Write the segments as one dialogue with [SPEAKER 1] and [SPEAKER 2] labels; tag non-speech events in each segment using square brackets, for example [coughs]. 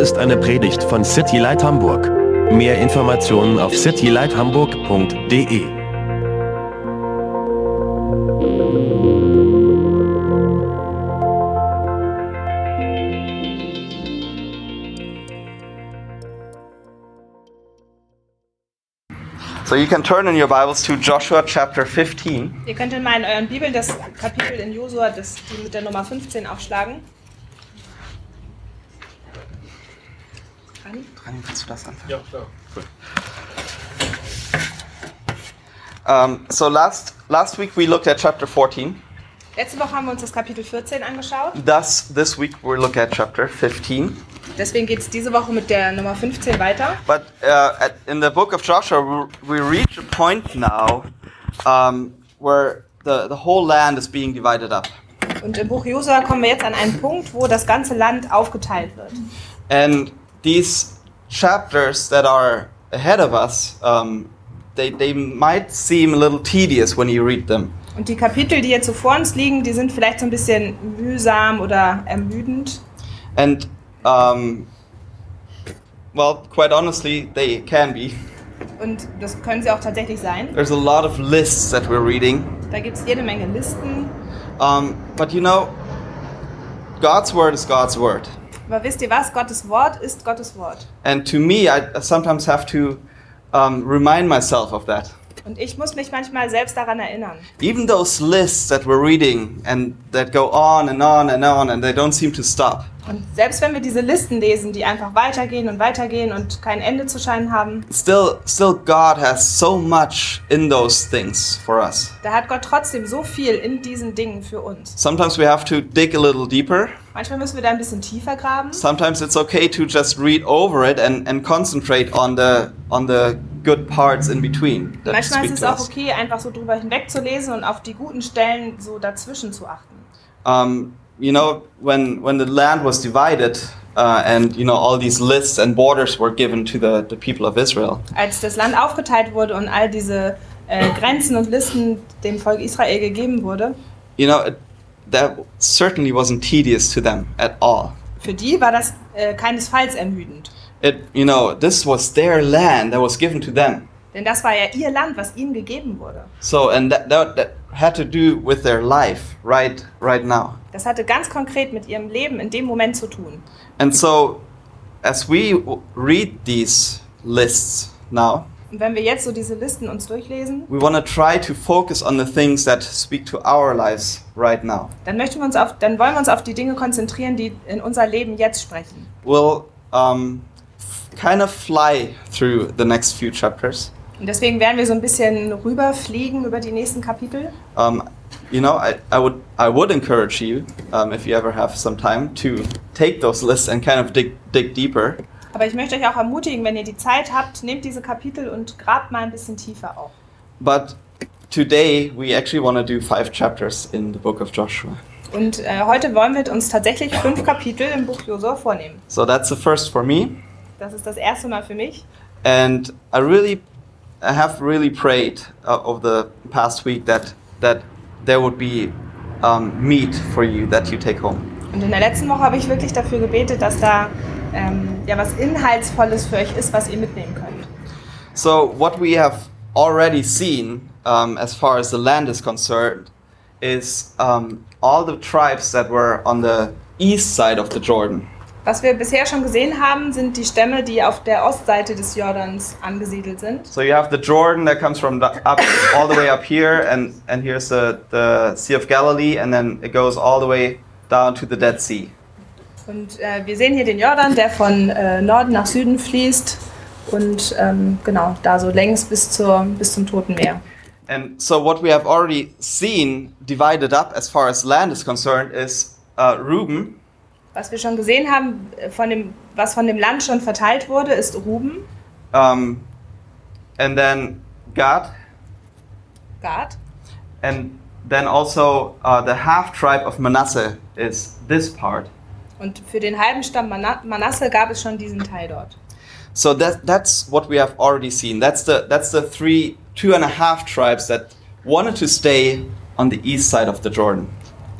[SPEAKER 1] ist eine Predigt von City Light Hamburg. Mehr Informationen auf citylighthamburg.de.
[SPEAKER 2] So you can turn in your Bibles to Joshua chapter 15.
[SPEAKER 3] Ihr könnt mal in euren Bibeln das Kapitel in Josua, das die mit der Nummer 15 aufschlagen. Dran?
[SPEAKER 2] Rani, kannst du das anfangen?
[SPEAKER 4] Ja, klar.
[SPEAKER 2] Um, so last last week we looked at chapter 14.
[SPEAKER 3] Letzte Woche haben wir uns das Kapitel 14 angeschaut.
[SPEAKER 2] Thus this week we look at chapter 15.
[SPEAKER 3] Deswegen geht es diese Woche mit der Nummer 15 weiter.
[SPEAKER 2] But uh, at, in the book of Joshua we, we reach a point now um, where the, the whole land is being divided up.
[SPEAKER 3] Und im Buch Josua kommen wir jetzt an einen Punkt, wo das ganze Land aufgeteilt wird.
[SPEAKER 2] And these chapters that are ahead of us, um, they, they might seem a little tedious when you read them.
[SPEAKER 3] Und die Kapitel, die jetzt so vor uns liegen, die sind vielleicht so ein bisschen mühsam oder ermüdend.
[SPEAKER 2] And, um, well, quite honestly, they can be. [laughs]
[SPEAKER 3] Und das können sie auch tatsächlich sein.
[SPEAKER 2] There's a lot of lists that we're reading.
[SPEAKER 3] Da gibt es jede Menge Listen.
[SPEAKER 2] Um, but you know, God's word is God's word.
[SPEAKER 3] Aber wisst ihr was? Gottes Wort ist Gottes Wort.
[SPEAKER 2] And to me, I I sometimes have to um, remind myself of that.
[SPEAKER 3] Und ich muss mich manchmal selbst daran erinnern.
[SPEAKER 2] Even those lists that we're reading and that go on and on and on and they don't seem to stop,
[SPEAKER 3] Und selbst wenn wir diese Listen lesen, die einfach weitergehen und weitergehen und kein Ende zu scheinen haben,
[SPEAKER 2] still, still God has so much in those things for us.
[SPEAKER 3] da hat Gott trotzdem so viel in diesen Dingen für uns.
[SPEAKER 2] Sometimes we have to dig a little deeper.
[SPEAKER 3] Manchmal müssen wir da ein bisschen tiefer graben.
[SPEAKER 2] Sometimes it's okay to just read over it and, and concentrate on the on the good parts in between. That
[SPEAKER 3] Manchmal ist
[SPEAKER 2] speak
[SPEAKER 3] es
[SPEAKER 2] to
[SPEAKER 3] auch
[SPEAKER 2] us.
[SPEAKER 3] okay, einfach so drüber hinwegzulesen und auf die guten Stellen so dazwischen zu achten.
[SPEAKER 2] um, you know, when when the land was divided uh, and you know all these lists and borders were given to the, the people of Israel,
[SPEAKER 3] Als das Land aufgeteilt wurde und all diese äh, Grenzen und Listen dem Volk Israel gegeben wurde,
[SPEAKER 2] you know it, that certainly wasn't tedious to them at all.
[SPEAKER 3] für die war das äh, keinesfalls ermüdend.
[SPEAKER 2] It you know this was their land that was given to them.
[SPEAKER 3] Denn das war ja ihr Land, was ihnen gegeben wurde.
[SPEAKER 2] So and that that, that had to do with their life right right now.
[SPEAKER 3] Das hatte ganz konkret mit ihrem Leben in dem Moment zu tun.
[SPEAKER 2] And so, as we w- read these lists now,
[SPEAKER 3] Und wenn wir jetzt so diese Listen uns durchlesen,
[SPEAKER 2] we want to try to focus on the things that speak to our lives right now.
[SPEAKER 3] dann möchten wir uns auf, dann wollen wir uns auf die Dinge konzentrieren, die in unser Leben jetzt sprechen.
[SPEAKER 2] We'll um, f- kind of fly through the next few chapters.
[SPEAKER 3] Und deswegen werden wir so ein bisschen rüberfliegen über die nächsten Kapitel.
[SPEAKER 2] Um, you know, I, I would I would encourage you, um, if you ever have some time, to take those lists and kind of dig dig deeper.
[SPEAKER 3] Aber ich möchte euch auch ermutigen, wenn ihr die Zeit habt, nehmt diese Kapitel und grabt mal ein bisschen tiefer auf.
[SPEAKER 2] But today we actually want to do five chapters in the book of Joshua.
[SPEAKER 3] Und äh, heute wollen wir uns tatsächlich fünf Kapitel im Buch Josua vornehmen.
[SPEAKER 2] So that's the first for me.
[SPEAKER 3] Das ist das erste Mal für mich.
[SPEAKER 2] and I really, I have really prayed uh, over the past week that that there would be um, meat for you that you take home.
[SPEAKER 3] Und in der letzten Woche habe ich wirklich dafür gebetet, dass da ähm, ja was Inhaltsvolles für euch ist, was ihr mitnehmen könnt.
[SPEAKER 2] So what we have already seen, um, as far as the land is concerned, is um, all the tribes that were on the east side of the Jordan.
[SPEAKER 3] Was wir bisher schon gesehen haben, sind die Stämme, die auf der Ostseite des Jordans angesiedelt sind.
[SPEAKER 2] So you have the Jordan that comes from the up all the way up here, and and here's the the Sea of Galilee, and then it goes all the way down to the Dead Sea.
[SPEAKER 3] Und äh, wir sehen hier den Jordan, der von äh, Norden nach Süden fließt und ähm, genau da so längs bis, zur, bis zum Toten Meer.
[SPEAKER 2] And so, what we have already seen divided up as far as land is concerned is uh, Reuben,
[SPEAKER 3] Was wir schon gesehen haben, äh, von dem, was von dem Land schon verteilt wurde, ist Ruben,
[SPEAKER 2] um, and then Gad,
[SPEAKER 3] Gad.
[SPEAKER 2] and then also uh, the half tribe of Manasseh is this part.
[SPEAKER 3] Und für den halben Stamm Mana- Manasse gab es schon diesen Teil dort.
[SPEAKER 2] So that that's what we have already seen. That's the that's the three two and a half tribes that wanted to stay on the east side of the Jordan.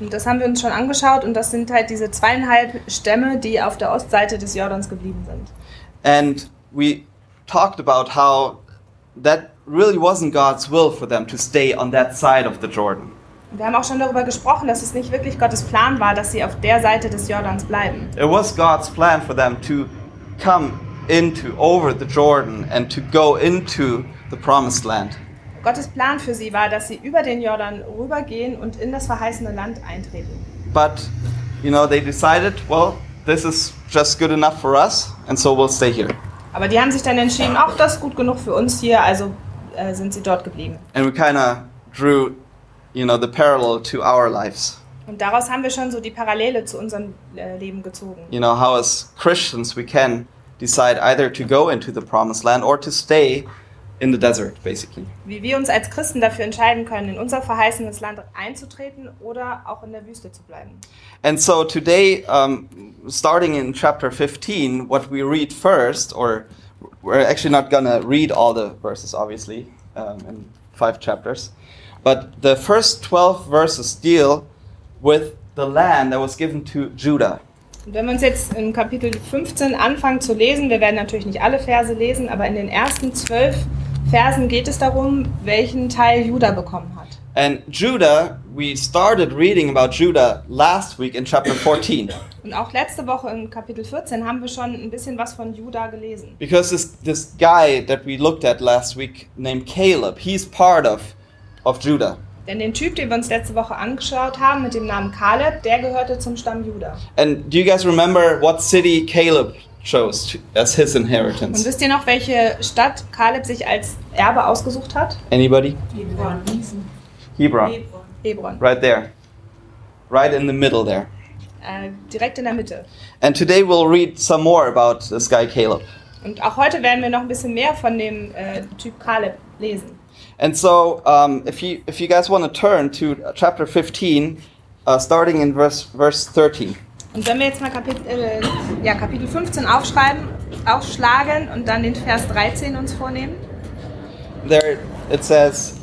[SPEAKER 3] Und das haben wir uns schon angeschaut und das sind halt diese zweieinhalb Stämme, die auf der Ostseite des Jordans geblieben sind.
[SPEAKER 2] And we talked about how that really wasn't God's will for them to stay on that side of the Jordan.
[SPEAKER 3] Und Wir haben auch schon darüber gesprochen, dass es nicht wirklich Gottes Plan war, dass sie auf der Seite des Jordans bleiben.
[SPEAKER 2] It was God's plan for them to come into, over the Jordan, and to go into the promised land.
[SPEAKER 3] Gottes Plan für sie war, dass sie über den Jordan rübergehen und in das verheißene Land eintreten.
[SPEAKER 2] But, you know, they decided, well, this is just good enough for us, and so we'll stay here.
[SPEAKER 3] Aber die haben sich dann entschieden, auch das ist gut genug für uns hier, also äh, sind sie dort geblieben.
[SPEAKER 2] And we kind of drew, you know, the parallel to our lives.
[SPEAKER 3] Und daraus haben wir schon so die Parallele zu unserem äh, Leben gezogen.
[SPEAKER 2] You know, how as Christians we can decide either to go into the promised land or to stay in the desert, basically.
[SPEAKER 3] Wie wir uns als Christen dafür entscheiden können, in unser verheißenes Land einzutreten oder auch in der Wüste zu bleiben.
[SPEAKER 2] And so today, um, starting in chapter 15, what we read first, or we're actually not going to read all the verses, obviously, um, in five chapters, but the first 12 verses deal with the land that was given to Judah.
[SPEAKER 3] Und wenn wir uns jetzt in Kapitel 15 anfangen zu lesen, wir werden natürlich nicht alle Verse lesen, aber in den ersten zwölf Versen geht es darum, welchen Teil Juda bekommen hat.
[SPEAKER 2] And Judah, we started reading about Judah last week in chapter 14,
[SPEAKER 3] Und auch letzte Woche in Kapitel 14 haben wir schon ein bisschen was von Juda gelesen.
[SPEAKER 2] because this, this guy that we looked at last week named Caleb, he's part of, of Judah.
[SPEAKER 3] Denn den Typ, den wir uns letzte Woche angeschaut haben mit dem Namen Kaleb, der gehörte zum Stamm Juda.
[SPEAKER 2] And do you guys remember what city Caleb chose to, as his
[SPEAKER 3] Und
[SPEAKER 2] inheritance?
[SPEAKER 3] wisst ihr noch, welche Stadt Kaleb sich als Erbe ausgesucht hat?
[SPEAKER 2] Anybody? Hebron.
[SPEAKER 4] Hebron.
[SPEAKER 3] Hebron.
[SPEAKER 2] Right there. Right in the middle there.
[SPEAKER 3] Äh, direkt in der Mitte.
[SPEAKER 2] And today we'll read some more about this guy Caleb.
[SPEAKER 3] Und auch heute werden wir noch ein bisschen mehr von dem äh, Typ Kaleb lesen.
[SPEAKER 2] And so, um, if you if you guys want to turn to chapter 15, uh, starting in verse verse 13.
[SPEAKER 3] Und wenn wir jetzt mal Kapitel, äh, ja, Kapitel 15 aufschreiben, aufschlagen und dann den Vers 13 uns vornehmen.
[SPEAKER 2] there it says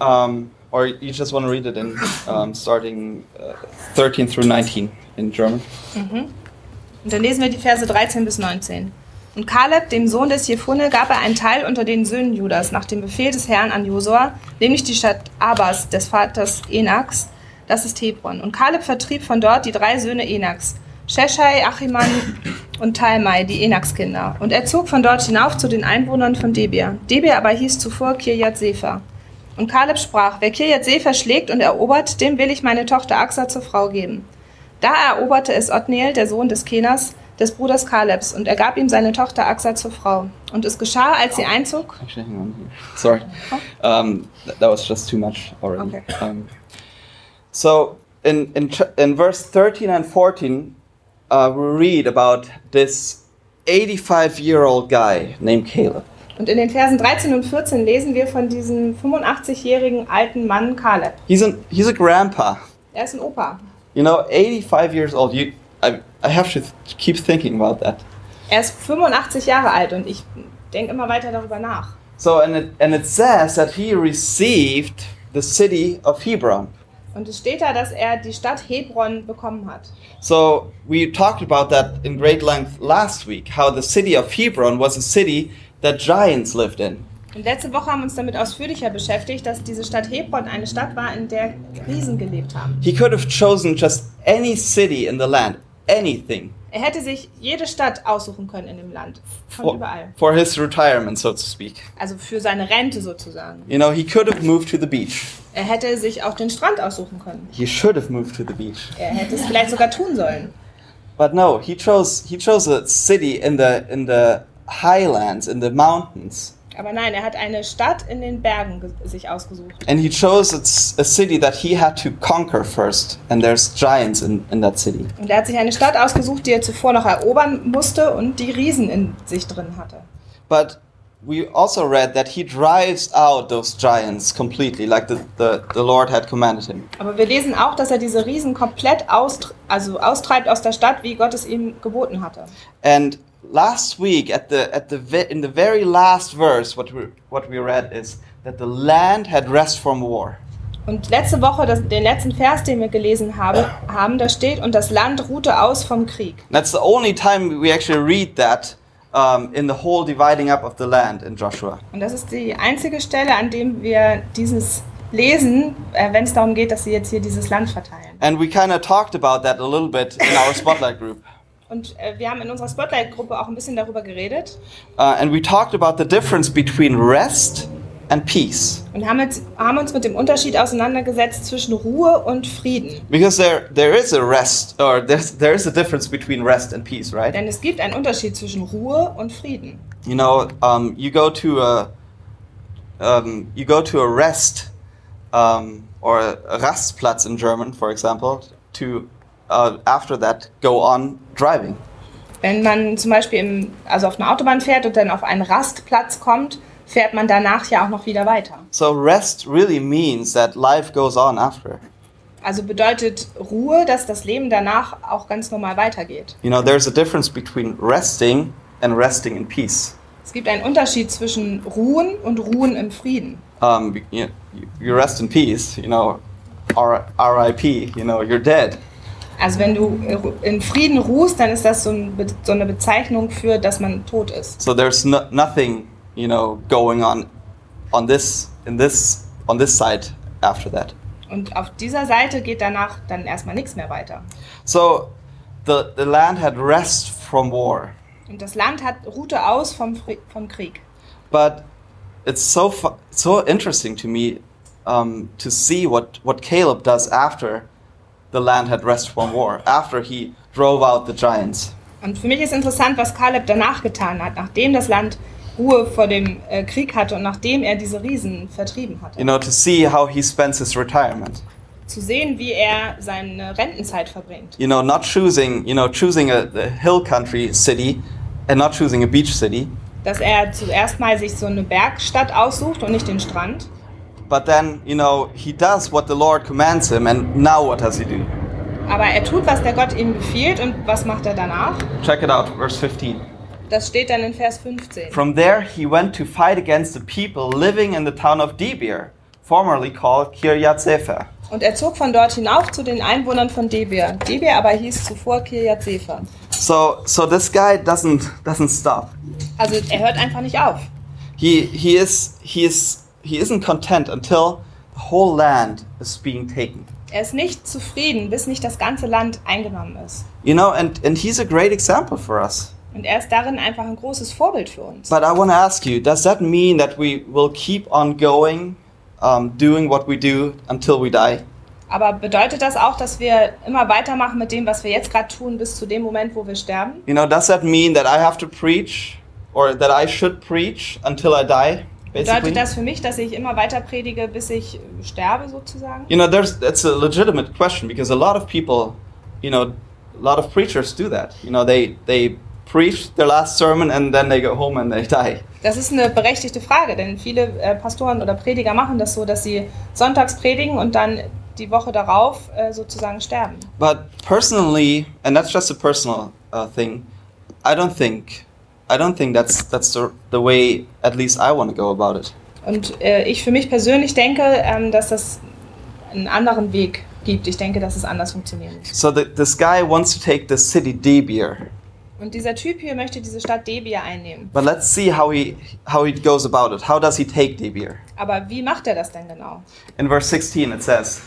[SPEAKER 2] um, or you just want to read it in um, starting uh, 13 through 19 in german
[SPEAKER 3] Und dann lesen wir die Verse 13 bis 19. Und Kaleb, dem Sohn des Jefunne, gab er einen Teil unter den Söhnen Judas nach dem Befehl des Herrn an Josua, nämlich die Stadt Abas des Vaters Enaks, das ist Hebron. Und Kaleb vertrieb von dort die drei Söhne Enaks, Sheshai, Achiman und Talmai, die Enaks-Kinder. Und er zog von dort hinauf zu den Einwohnern von Debir. Debir aber hieß zuvor Kirjat Sefer. Und Kaleb sprach, wer Kirjat Sefer schlägt und erobert, dem will ich meine Tochter Aksa zur Frau geben. Da eroberte es Otniel, der Sohn des Kenas, des Bruders Kalebs, und er gab ihm seine Tochter Aksa zur Frau. Und es geschah, als sie einzog.
[SPEAKER 2] actually hang on here sorry um, th- that was just too much already
[SPEAKER 3] Okay.
[SPEAKER 2] um, so in, in, ch- in verse 13 and 14 uh, we read about this 85 year old guy named caleb
[SPEAKER 3] Und in den Versen 13 und 14 lesen wir von diesem 85-jährigen alten Mann Kaleb.
[SPEAKER 2] he's, an, he's a grandpa
[SPEAKER 3] Er ist ein Opa.
[SPEAKER 2] You know, 85 years old. You, I, I have to th- keep thinking about that.
[SPEAKER 3] Er ist 85 Jahre alt und ich denke immer weiter darüber nach.
[SPEAKER 2] So, and it, and it says that he received the city of Hebron.
[SPEAKER 3] Und es steht da, dass er die Stadt Hebron bekommen hat.
[SPEAKER 2] So, we talked about that in great length last week, how the city of Hebron was a city that giants lived in.
[SPEAKER 3] Und letzte Woche haben wir uns damit ausführlicher beschäftigt, dass diese Stadt Hebron eine Stadt war, in der Riesen gelebt haben.
[SPEAKER 2] He could have chosen just any city in the land, anything,
[SPEAKER 3] Er hätte sich jede Stadt aussuchen können in dem Land. Von
[SPEAKER 2] for,
[SPEAKER 3] überall.
[SPEAKER 2] for his retirement, so to speak.
[SPEAKER 3] Also für seine Rente sozusagen.
[SPEAKER 2] You know, he could have moved to the beach.
[SPEAKER 3] Er hätte sich auch den Strand aussuchen können.
[SPEAKER 2] He should have moved to the beach.
[SPEAKER 3] Er hätte es vielleicht sogar tun sollen.
[SPEAKER 2] But no, he chose he chose a city in the in the highlands, in the mountains,
[SPEAKER 3] Aber nein, er hat eine Stadt in den Bergen ge- sich ausgesucht.
[SPEAKER 2] and he chose it's a city that he had to conquer first. And there's giants in, in that city.
[SPEAKER 3] Und er hat sich eine Stadt ausgesucht, die er zuvor noch erobern musste und die Riesen in sich drin hatte.
[SPEAKER 2] But we also read that he drives out those giants completely, like the, the, the Lord had commanded him.
[SPEAKER 3] Aber wir lesen auch, dass er diese Riesen komplett austr also austreibt aus der Stadt, wie Gott es ihm geboten hatte.
[SPEAKER 2] And last week, at the at the ve- in the very last verse, what we what we read is that the land had rest from war.
[SPEAKER 3] Und letzte Woche, das, den letzten Vers, den wir gelesen haben, haben, da steht, und das Land ruhte aus vom Krieg.
[SPEAKER 2] That's the only time we actually read that um, in the whole dividing up of the land in Joshua.
[SPEAKER 3] Und das ist die einzige Stelle, an dem wir dieses lesen, äh, wenn es darum geht, dass sie jetzt hier dieses Land verteilen.
[SPEAKER 2] And we kind of talked about that a little bit in our spotlight group.
[SPEAKER 3] Und äh, wir haben in unserer Spotlight-Gruppe auch ein bisschen darüber geredet
[SPEAKER 2] Uh, and we talked about the difference between rest and peace.
[SPEAKER 3] und haben, jetzt, haben uns mit dem Unterschied auseinandergesetzt zwischen Ruhe und Frieden.
[SPEAKER 2] Because there, there is a rest, or there's, there is a difference between rest and peace, right?
[SPEAKER 3] Denn es gibt einen Unterschied zwischen Ruhe und Frieden.
[SPEAKER 2] you know, um, you go to a um, you go to a rest um, or a Rastplatz in German, for example, to uh, after that go on driving.
[SPEAKER 3] Wenn man zum Beispiel im, also auf einer Autobahn fährt und dann auf einen Rastplatz kommt, fährt man danach ja auch noch wieder weiter.
[SPEAKER 2] So rest really means that life goes on after.
[SPEAKER 3] Also bedeutet Ruhe, dass das Leben danach auch ganz normal weitergeht.
[SPEAKER 2] You know, there's a difference between resting and resting in peace.
[SPEAKER 3] Es gibt einen Unterschied zwischen Ruhen und Ruhen im Frieden.
[SPEAKER 2] Um, you- you, you rest in peace, you know, R- R.I.P. You know, you're dead.
[SPEAKER 3] Also wenn du in Frieden ruhst, dann ist das so, ein, Be- so eine Bezeichnung für, dass man tot ist.
[SPEAKER 2] So there's no, nothing, you know, going on on this in this on this side after that.
[SPEAKER 3] Und auf dieser Seite geht danach dann erstmal nichts mehr weiter.
[SPEAKER 2] So the the land had rest from war,
[SPEAKER 3] Und das Land hat ruhte aus vom, Fri vom Krieg.
[SPEAKER 2] but it's so fu- so interesting to me um, to see what what Caleb does after the land had rest from war, after he drove out the giants.
[SPEAKER 3] Und für mich ist interessant, was Caleb danach getan hat, nachdem das Land Ruhe vor dem äh, Krieg hatte und nachdem er diese Riesen vertrieben
[SPEAKER 2] You
[SPEAKER 3] hatte.
[SPEAKER 2] know, to see how he spends his retirement.
[SPEAKER 3] Zu sehen, wie er seine Rentenzeit verbringt.
[SPEAKER 2] You know, not choosing you know choosing a, a hill country city, and not choosing a beach city.
[SPEAKER 3] Dass er zuerst mal sich so eine Bergstadt aussucht und nicht den Strand.
[SPEAKER 2] But then, you know, he does what the Lord commands him, and now what does he do?
[SPEAKER 3] Aber er tut, was der Gott ihm befiehlt und was macht er danach?
[SPEAKER 2] Check it out, verse 15.
[SPEAKER 3] Das steht dann in Vers 15.
[SPEAKER 2] From there he went to fight against the people living in the town of Debir, formerly called Kiryat Sefer.
[SPEAKER 3] Und er zog von dort hinauf zu den Einwohnern von Debir. Debir aber hieß zuvor Kirjat Sefer.
[SPEAKER 2] So, so this guy doesn't doesn't stop.
[SPEAKER 3] Also er hört einfach nicht auf.
[SPEAKER 2] He he is he is he isn't content until the whole land is being taken.
[SPEAKER 3] Er ist nicht zufrieden, bis nicht das ganze Land eingenommen ist.
[SPEAKER 2] You know, and and he's a great example for us.
[SPEAKER 3] Und er ist darin einfach ein großes Vorbild für uns.
[SPEAKER 2] But I want to ask you, does that mean that we will keep on going, um, doing what we do until we die?
[SPEAKER 3] Aber bedeutet das auch, dass wir immer weitermachen mit dem, was wir jetzt gerade tun, bis zu dem Moment, wo wir sterben?
[SPEAKER 2] You know, does that mean that I have to preach or that I should preach until I die? Basically,
[SPEAKER 3] Bedeutet das für mich, dass ich immer weiter predige, bis ich äh, sterbe sozusagen?
[SPEAKER 2] you know, there's that's a legitimate question because a lot of people, you know, a lot of preachers do that. You know, they they preach their last sermon and then they go home and they [laughs] die.
[SPEAKER 3] Das ist eine berechtigte Frage, denn viele äh, Pastoren oder Prediger machen das so, dass sie sonntags predigen und dann die Woche darauf äh, sozusagen sterben.
[SPEAKER 2] But personally, and that's just a personal uh, thing, I don't think, I don't think that's that's the, the way at least I want to go about it.
[SPEAKER 3] Und äh, ich für mich persönlich denke, ähm, dass das einen anderen Weg gibt. Ich denke, dass es anders funktionieren muss.
[SPEAKER 2] So the, this guy wants to take the city Debir,
[SPEAKER 3] Und dieser Typ hier möchte diese Stadt Debir einnehmen.
[SPEAKER 2] But let's see how he how he goes about it. How does he take Debir?
[SPEAKER 3] Aber wie macht er das denn genau?
[SPEAKER 2] In verse 16 it says,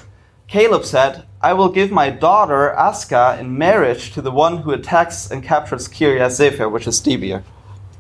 [SPEAKER 2] Caleb said, I will give my daughter Aska in marriage to the one who attacks and captures Kiriath Sefer, which is Debir.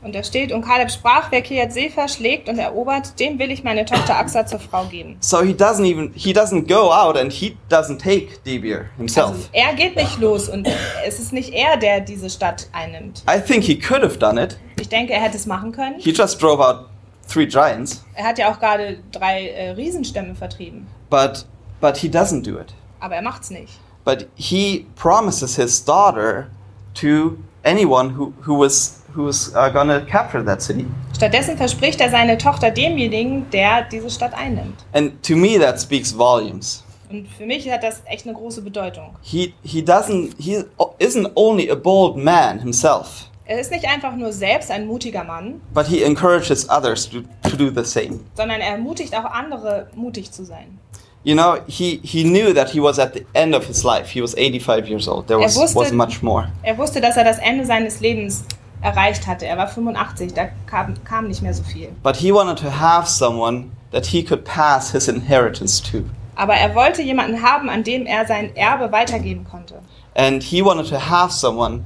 [SPEAKER 3] Und da steht, und Kaleb sprach, wer Kirjat Sefer schlägt und erobert, dem will ich meine Tochter Aksa zur Frau geben.
[SPEAKER 2] So he doesn't even he doesn't go out and he doesn't take Debir
[SPEAKER 3] Also
[SPEAKER 2] himself.
[SPEAKER 3] er geht nicht los und es ist nicht er, der diese Stadt einnimmt.
[SPEAKER 2] I think he could have done it.
[SPEAKER 3] Ich denke, er hätte es machen können.
[SPEAKER 2] He just drove out three giants,
[SPEAKER 3] Er hat ja auch gerade drei äh, Riesenstämme vertrieben.
[SPEAKER 2] but but he doesn't do it.
[SPEAKER 3] Aber er macht's nicht.
[SPEAKER 2] But he promises his daughter to anyone who, who was who was uh, gonna capture that city.
[SPEAKER 3] Stattdessen verspricht er seine Tochter demjenigen, der diese Stadt einnimmt.
[SPEAKER 2] And to me, that speaks volumes.
[SPEAKER 3] Und für mich hat das echt eine große Bedeutung.
[SPEAKER 2] He he doesn't he isn't only a bold man himself,
[SPEAKER 3] Er ist nicht einfach nur selbst ein mutiger Mann,
[SPEAKER 2] but he encourages others to, to do the same.
[SPEAKER 3] sondern er ermutigt auch andere, mutig zu sein.
[SPEAKER 2] You know, he, he knew that he was at the end of his life. He was 85 years old. There
[SPEAKER 3] Er
[SPEAKER 2] was,
[SPEAKER 3] wusste-
[SPEAKER 2] was much more.
[SPEAKER 3] Er wusste, dass er das Ende seines Lebens erreicht hatte. Er war 85, da kam, kam nicht mehr so viel.
[SPEAKER 2] But he wanted to have someone that he could pass his inheritance to.
[SPEAKER 3] Aber er wollte jemanden haben, an dem er sein Erbe weitergeben konnte.
[SPEAKER 2] And he wanted to have someone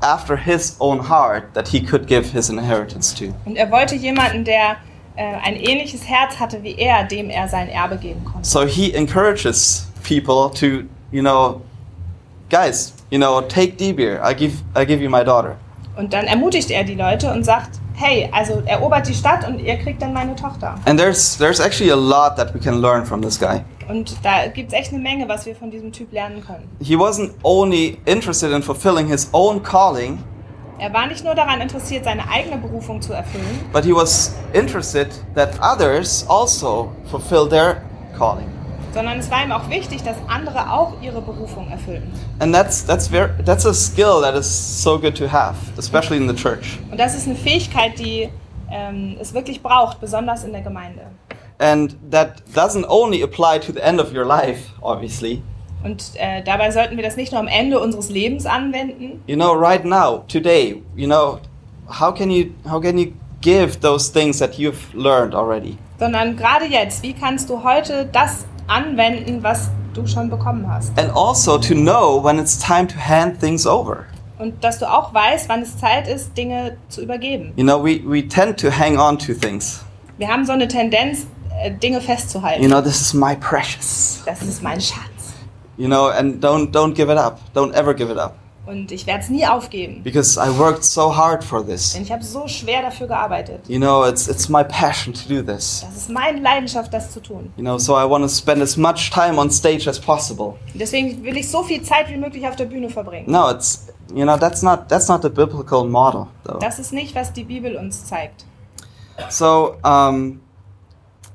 [SPEAKER 2] after his own heart that he could give his inheritance to.
[SPEAKER 3] Und er wollte jemanden, der äh, ein ähnliches Herz hatte wie er, dem er sein Erbe geben konnte.
[SPEAKER 2] So he encourages people to, you know, guys, you know, take Debir. I give I give you my daughter.
[SPEAKER 3] Und dann ermutigt er die Leute und sagt, hey, also erobert die Stadt und ihr kriegt dann meine Tochter.
[SPEAKER 2] And there's there's actually a lot that we can learn from this guy.
[SPEAKER 3] Und da gibt es echt eine Menge, was wir von diesem Typ lernen können.
[SPEAKER 2] He wasn't only interested in fulfilling his own calling,
[SPEAKER 3] Er war nicht nur daran interessiert, seine eigene Berufung zu erfüllen,
[SPEAKER 2] but he was interested that others also fulfill their calling.
[SPEAKER 3] sondern es war ihm auch wichtig, dass andere auch ihre Berufung erfüllten.
[SPEAKER 2] And that's that's very that's a skill that is so good to have, especially in the church.
[SPEAKER 3] Und das ist eine Fähigkeit, die ähm, es wirklich braucht, besonders in der Gemeinde.
[SPEAKER 2] And that doesn't only apply to the end of your life, obviously.
[SPEAKER 3] Und äh, dabei sollten wir das nicht nur am Ende unseres Lebens anwenden,
[SPEAKER 2] You know, right now, today, you know, how can you how can you give those things that you've learned already?
[SPEAKER 3] sondern gerade jetzt. Wie kannst du heute das anwenden, was du schon bekommen hast?
[SPEAKER 2] And also to know when it's time to hand things over.
[SPEAKER 3] Und dass du auch weißt, wann es Zeit ist, Dinge zu übergeben.
[SPEAKER 2] You know, we, we tend to hang on to things.
[SPEAKER 3] Wir haben so eine Tendenz, äh, Dinge festzuhalten.
[SPEAKER 2] You know, this is my precious.
[SPEAKER 3] Das ist mein Schatz.
[SPEAKER 2] You know, and don't don't give it up. Don't ever give it up.
[SPEAKER 3] Und ich werde es nie aufgeben.
[SPEAKER 2] Because I worked so hard for this.
[SPEAKER 3] Denn ich habe so schwer dafür gearbeitet.
[SPEAKER 2] You know, it's it's my passion to do this.
[SPEAKER 3] Das ist meine Leidenschaft, das zu tun.
[SPEAKER 2] You know, so I want to spend as much time on stage as possible.
[SPEAKER 3] Und deswegen will ich so viel Zeit wie möglich auf der Bühne verbringen.
[SPEAKER 2] No, it's you know, that's not that's not the biblical model though.
[SPEAKER 3] Das ist nicht, was die Bibel uns zeigt.
[SPEAKER 2] So, um,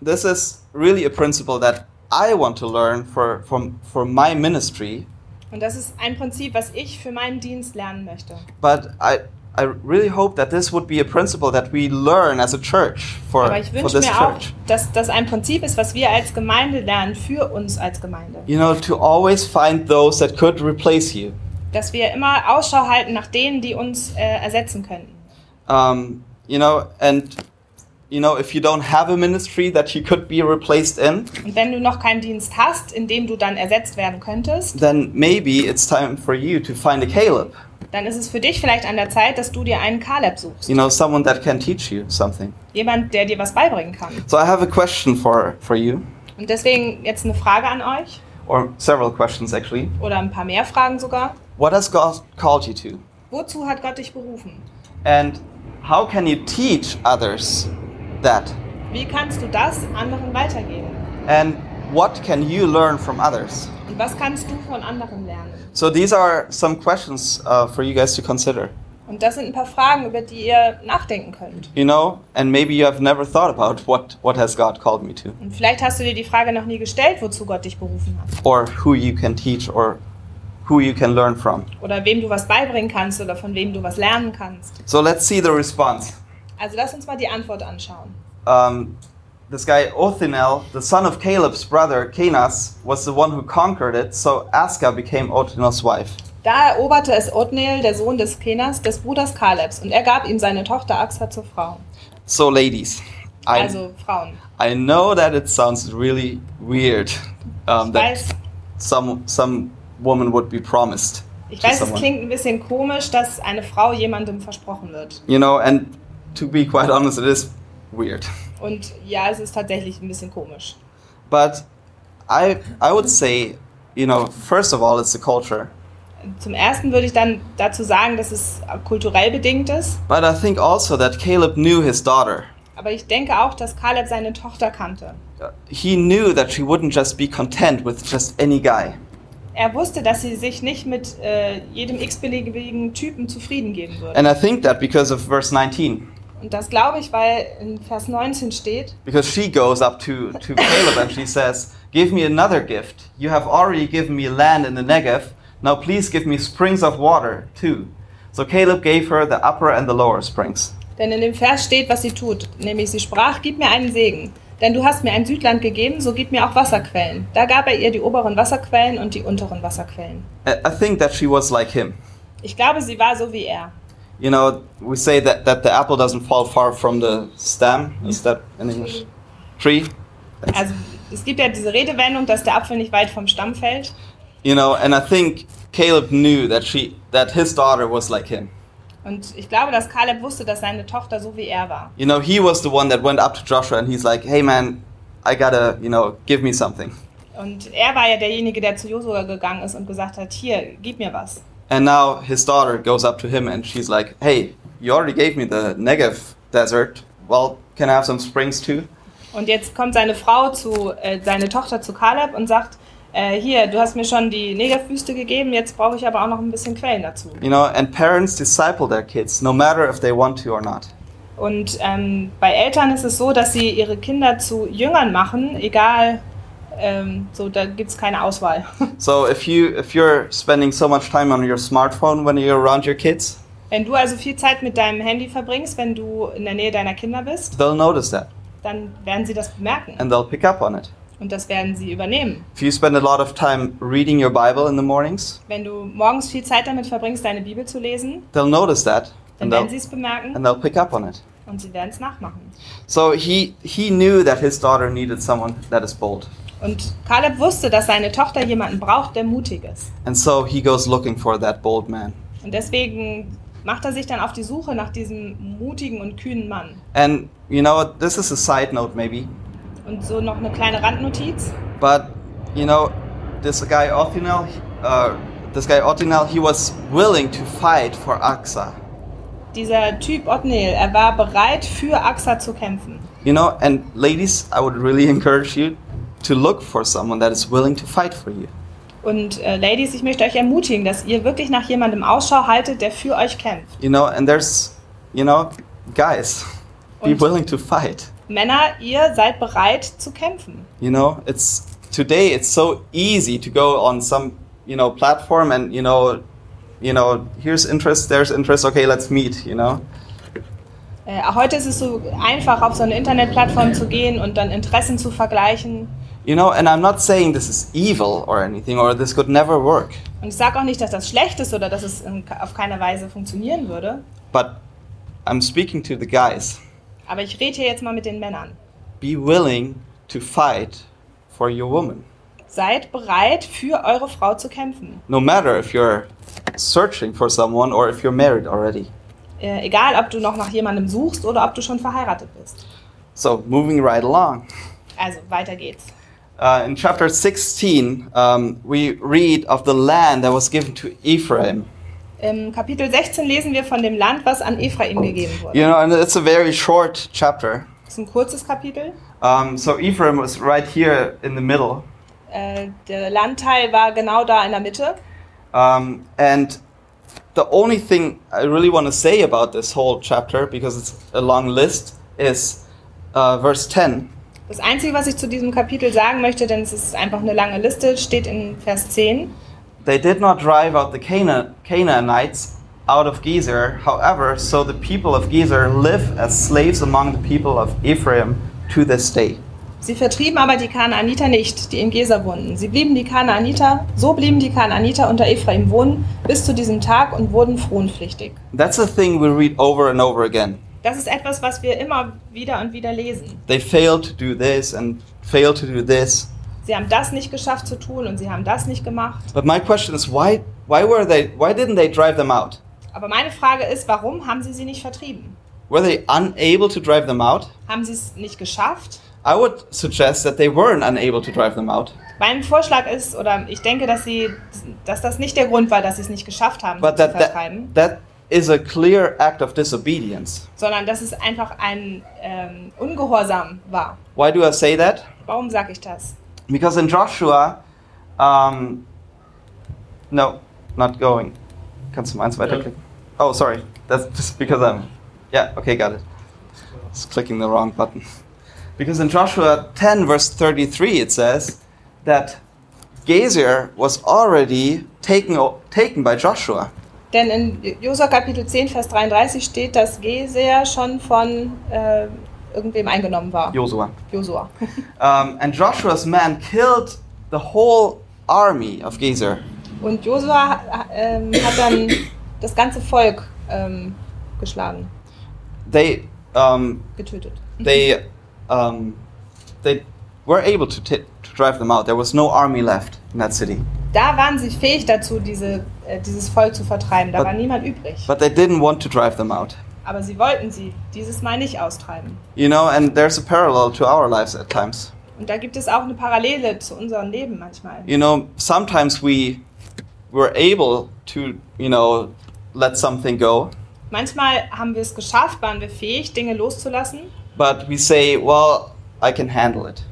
[SPEAKER 2] this is really a principle that I want to learn for, for, for my ministry,
[SPEAKER 3] Und das ist ein Prinzip, was ich für meinen Dienst lernen möchte.
[SPEAKER 2] but I, I really hope that this would be a principle that we learn as a church for,
[SPEAKER 3] Aber ich
[SPEAKER 2] for
[SPEAKER 3] wünsche
[SPEAKER 2] this
[SPEAKER 3] mir auch,
[SPEAKER 2] church.
[SPEAKER 3] dass das ein Prinzip ist, was wir als Gemeinde lernen, für uns als Gemeinde.
[SPEAKER 2] You know, to always find those that could replace you.
[SPEAKER 3] Dass wir immer Ausschau halten nach denen, die uns äh, ersetzen könnten.
[SPEAKER 2] Um, you know, and you know, if you don't have a ministry that you could be replaced in,
[SPEAKER 3] Und wenn du noch keinen Dienst hast, in dem du dann ersetzt werden könntest,
[SPEAKER 2] then maybe it's time for you to find a Caleb.
[SPEAKER 3] dann ist es für dich vielleicht an der Zeit, dass du dir einen Caleb suchst.
[SPEAKER 2] You know, someone that can teach you something.
[SPEAKER 3] Jemand, der dir was beibringen kann.
[SPEAKER 2] So I have a question for for you.
[SPEAKER 3] Und deswegen jetzt eine Frage an euch
[SPEAKER 2] or several questions actually.
[SPEAKER 3] oder ein paar mehr Fragen sogar.
[SPEAKER 2] What has God called you to?
[SPEAKER 3] Wozu hat Gott dich berufen?
[SPEAKER 2] And how can you teach others that?
[SPEAKER 3] Wie kannst du das anderen weitergeben?
[SPEAKER 2] And what can you learn from others?
[SPEAKER 3] Und was kannst du von anderen lernen?
[SPEAKER 2] So these are some questions uh, for you guys to consider,
[SPEAKER 3] Und das sind ein paar Fragen, über die ihr nachdenken könnt.
[SPEAKER 2] you know, and maybe you have never thought about what, what has God called me to,
[SPEAKER 3] Und vielleicht hast du dir die Frage noch nie gestellt, wozu Gott dich berufen hat.
[SPEAKER 2] or who you can teach, or who you can learn from.
[SPEAKER 3] Oder wem du was beibringen kannst oder von wem du was lernen kannst.
[SPEAKER 2] So let's see the response.
[SPEAKER 3] Also lass uns mal die Antwort anschauen.
[SPEAKER 2] um, this guy Othinel, the son of Caleb's brother Canas, was the one who conquered it, so Aska became Othinel's wife.
[SPEAKER 3] Da eroberte es Othniel, der Sohn des Kenas, des Bruders Kalebs, und er gab ihm seine Tochter Axha zur Frau.
[SPEAKER 2] So, ladies, I,
[SPEAKER 3] Also Frauen.
[SPEAKER 2] I know that it sounds really weird um, that
[SPEAKER 3] Ich weiß,
[SPEAKER 2] some, some woman would be promised
[SPEAKER 3] ich
[SPEAKER 2] to
[SPEAKER 3] weiß es
[SPEAKER 2] someone.
[SPEAKER 3] klingt ein bisschen komisch, dass eine Frau jemandem versprochen wird.
[SPEAKER 2] You know, and to be quite honest, it is weird.
[SPEAKER 3] Und ja, es ist tatsächlich ein bisschen komisch.
[SPEAKER 2] But I, I would say, you know, first of all, it's the culture.
[SPEAKER 3] Zum Ersten würde ich dann dazu sagen, dass es kulturell bedingt ist.
[SPEAKER 2] But I think also that Caleb knew his daughter.
[SPEAKER 3] Aber ich denke auch, dass Kaleb seine Tochter kannte.
[SPEAKER 2] he knew that she wouldn't just be content with just any guy.
[SPEAKER 3] Er wusste, dass sie sich nicht mit äh, jedem x-beliebigen Typen zufrieden geben würde.
[SPEAKER 2] And I think that because of verse 19.
[SPEAKER 3] Und das glaube ich, weil in Vers 19 steht,
[SPEAKER 2] Because she goes up to, to Caleb and she says, Give me another gift. You have already given me land in the Negev. Now please give me springs of water too. So Caleb gave her the upper and the lower springs.
[SPEAKER 3] Denn in dem Vers steht, was sie tut, nämlich sie sprach, gib mir einen Segen. Denn du hast mir ein Südland gegeben, so gib mir auch Wasserquellen. Da gab er ihr die oberen Wasserquellen und die unteren Wasserquellen.
[SPEAKER 2] I I think that she was like him.
[SPEAKER 3] Ich glaube, sie war so wie er.
[SPEAKER 2] You know, we say that, that the apple doesn't fall far from the stem. Is that in English? Tree.
[SPEAKER 3] Also es gibt ja diese Redewendung, dass der Apfel nicht weit vom Stamm fällt.
[SPEAKER 2] You know, and I think Caleb knew that she that his daughter was like him.
[SPEAKER 3] Und ich glaube, dass Kaleb wusste, dass seine Tochter so wie er war.
[SPEAKER 2] You know, he was the one that went up to Joshua and he's like, "Hey man, I got to, you know, give me something."
[SPEAKER 3] Und er war ja derjenige, der zu Josua gegangen ist und gesagt hat, hier, gib mir was.
[SPEAKER 2] And now his daughter goes up to him and she's like, "Hey, you already gave me the Negev desert. Well, can I have some springs too?"
[SPEAKER 3] Und jetzt kommt seine Frau zu, äh, seine Tochter zu Kaleb und sagt, äh, hier, du hast mir schon die Negerwüste gegeben, jetzt brauche ich aber auch noch ein bisschen Quellen dazu.
[SPEAKER 2] You know, and parents disciple their kids no matter if they want to or not.
[SPEAKER 3] Und ähm, bei Eltern ist es so, dass sie ihre Kinder zu Jüngern machen, egal, ähm, so, da gibt es keine Auswahl. [laughs]
[SPEAKER 2] So if you if you're spending so much time on your smartphone when you're around your kids,
[SPEAKER 3] Wenn du also viel Zeit mit deinem Handy verbringst, wenn du in der Nähe deiner Kinder bist,
[SPEAKER 2] they'll notice that
[SPEAKER 3] dann werden sie das bemerken
[SPEAKER 2] and they'll pick up on it.
[SPEAKER 3] und das werden sie übernehmen.
[SPEAKER 2] If you spend a lot of time reading your Bible in the mornings,
[SPEAKER 3] Wenn du morgens viel Zeit damit verbringst, deine Bibel zu lesen,
[SPEAKER 2] they'll notice that and
[SPEAKER 3] dann werden sie
[SPEAKER 2] they'll,
[SPEAKER 3] es bemerken
[SPEAKER 2] and they'll pick up on it.
[SPEAKER 3] und sie werden es nachmachen.
[SPEAKER 2] So he he knew that his daughter needed someone that is bold.
[SPEAKER 3] Und Kaleb wusste, dass seine Tochter jemanden braucht, der mutig ist.
[SPEAKER 2] And so he goes looking for that bold man.
[SPEAKER 3] Und deswegen macht er sich dann auf die Suche nach diesem mutigen und kühnen Mann.
[SPEAKER 2] And you know, what, this is a side note maybe,
[SPEAKER 3] Und so noch eine kleine Randnotiz.
[SPEAKER 2] but you know, this guy Othinel, uh, this guy Othinel, he was willing to fight for Aksa.
[SPEAKER 3] Dieser Typ Otnil, er war bereit, für Axa zu kämpfen.
[SPEAKER 2] You know, and ladies, I would really [laughs] encourage you to look for someone that is willing to fight for you.
[SPEAKER 3] Und äh, Ladies, ich möchte euch ermutigen, dass ihr wirklich nach jemandem Ausschau haltet, der für euch kämpft.
[SPEAKER 2] You know, and there's, you know, guys, [laughs] be
[SPEAKER 3] Und-
[SPEAKER 2] willing to fight.
[SPEAKER 3] Männer, ihr seid bereit zu kämpfen.
[SPEAKER 2] You know, it's today it's so easy to go on some, you know, platform and you know, you know, here's interest, there's interest, okay, let's meet, you know.
[SPEAKER 3] Äh, heute ist es so einfach, auf so eine Internetplattform zu gehen und dann Interessen zu vergleichen.
[SPEAKER 2] You know, and I'm not saying this is evil or anything or this could never work,
[SPEAKER 3] Und ich sage auch nicht, dass das schlecht ist oder dass es in, auf keine Weise funktionieren würde.
[SPEAKER 2] but I'm speaking to the guys.
[SPEAKER 3] Aber ich rede hier jetzt mal mit den Männern.
[SPEAKER 2] Be willing to fight for your woman.
[SPEAKER 3] Seid bereit, für eure Frau zu kämpfen.
[SPEAKER 2] no matter if you're searching for someone or if you're married already.
[SPEAKER 3] Äh, egal, ob du noch nach jemandem suchst oder ob du schon verheiratet bist.
[SPEAKER 2] So, moving right along. [laughs]
[SPEAKER 3] Also, weiter geht's.
[SPEAKER 2] Uh, in chapter 16, um, we read of the land that was given to Ephraim.
[SPEAKER 3] Im Kapitel 16 lesen wir von dem Land, was an Ephraim gegeben wurde.
[SPEAKER 2] You know, and it's a very short chapter.
[SPEAKER 3] Das ist ein kurzes Kapitel.
[SPEAKER 2] Um, so, Ephraim was right here in the middle.
[SPEAKER 3] Äh, der Landteil war genau da in der Mitte.
[SPEAKER 2] Um, and the only thing I really want to say about this whole chapter, because it's a long list, is uh, verse 10.
[SPEAKER 3] Das Einzige, was ich zu diesem Kapitel sagen möchte, denn es ist einfach eine lange Liste, steht in Vers 10.
[SPEAKER 2] They did not drive out the Cana- Canaanites out of Gezer. However, so the people of Gezer live as slaves among the people of Ephraim to this day.
[SPEAKER 3] Sie vertrieben aber die Kanaaniter nicht, die in Geser wohnten. Sie blieben die Kanaaniter, so blieben die Kanaaniter unter Ephraim wohnen bis zu diesem Tag und wurden fronpflichtig.
[SPEAKER 2] That's a thing we read over and over again.
[SPEAKER 3] Das ist etwas, was wir immer wieder und wieder lesen.
[SPEAKER 2] They failed to do this and failed to do this.
[SPEAKER 3] Sie haben das nicht geschafft zu tun und sie haben das nicht gemacht.
[SPEAKER 2] But my question is why why were they why didn't they drive them out?
[SPEAKER 3] Aber meine Frage ist, warum haben sie sie nicht vertrieben?
[SPEAKER 2] Were they unable to drive them out?
[SPEAKER 3] Haben sie es nicht geschafft?
[SPEAKER 2] I would suggest that they weren't unable to drive them out,
[SPEAKER 3] Mein Vorschlag ist, oder ich denke, dass, sie, dass das nicht der Grund war, dass sie es nicht geschafft haben,
[SPEAKER 2] but
[SPEAKER 3] sie zu
[SPEAKER 2] that
[SPEAKER 3] vertreiben,
[SPEAKER 2] that, that is a clear act of disobedience.
[SPEAKER 3] sondern dass es einfach ein ähm, Ungehorsam war.
[SPEAKER 2] Why do I say that?
[SPEAKER 3] Warum sage ich das?
[SPEAKER 2] Because in Joshua, um, no, not going. Kannst du meins weiterklicken? Oh, sorry. That's just because I'm. Yeah, okay, got it. Just clicking the wrong button. Because in Joshua 10, verse 33, it says that Gezer was already taken, o- taken by Joshua.
[SPEAKER 3] Denn in Josua Kapitel 10, Vers 33 steht, dass Geser schon von äh, irgendwem eingenommen war.
[SPEAKER 2] Joshua.
[SPEAKER 3] Josua.
[SPEAKER 2] Um, and Joshua's men killed the whole army of Gezer.
[SPEAKER 3] Und Josua ähm, hat dann das ganze Volk ähm, geschlagen,
[SPEAKER 2] They um,
[SPEAKER 3] getötet.
[SPEAKER 2] they um, they were able to, t- to drive them out. There was no army left in that city,
[SPEAKER 3] Da waren sie fähig dazu, diese, äh, dieses Volk zu vertreiben. Da
[SPEAKER 2] But-
[SPEAKER 3] war niemand übrig.
[SPEAKER 2] but they didn't want to drive them out.
[SPEAKER 3] Aber sie wollten sie dieses Mal nicht austreiben.
[SPEAKER 2] You know, and there's a parallel to our lives at times.
[SPEAKER 3] Und da gibt es auch eine Parallele zu unserem Leben manchmal.
[SPEAKER 2] You know, sometimes we were able to, you know, let something go,
[SPEAKER 3] Manchmal haben wir es geschafft, waren wir fähig, Dinge loszulassen.
[SPEAKER 2] but we say, "Well, I can handle it."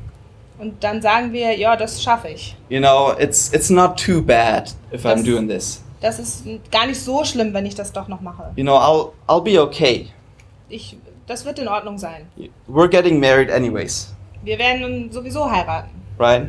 [SPEAKER 3] Und dann sagen wir, ja, das schaffe ich.
[SPEAKER 2] You know, it's it's not too bad if I'm
[SPEAKER 3] Yes.
[SPEAKER 2] doing this.
[SPEAKER 3] Das ist gar nicht so schlimm, wenn ich das doch noch mache.
[SPEAKER 2] You know, I'll I'll be okay.
[SPEAKER 3] Ich, das wird in Ordnung sein.
[SPEAKER 2] We're getting married anyways,
[SPEAKER 3] Wir werden nun sowieso heiraten.
[SPEAKER 2] right?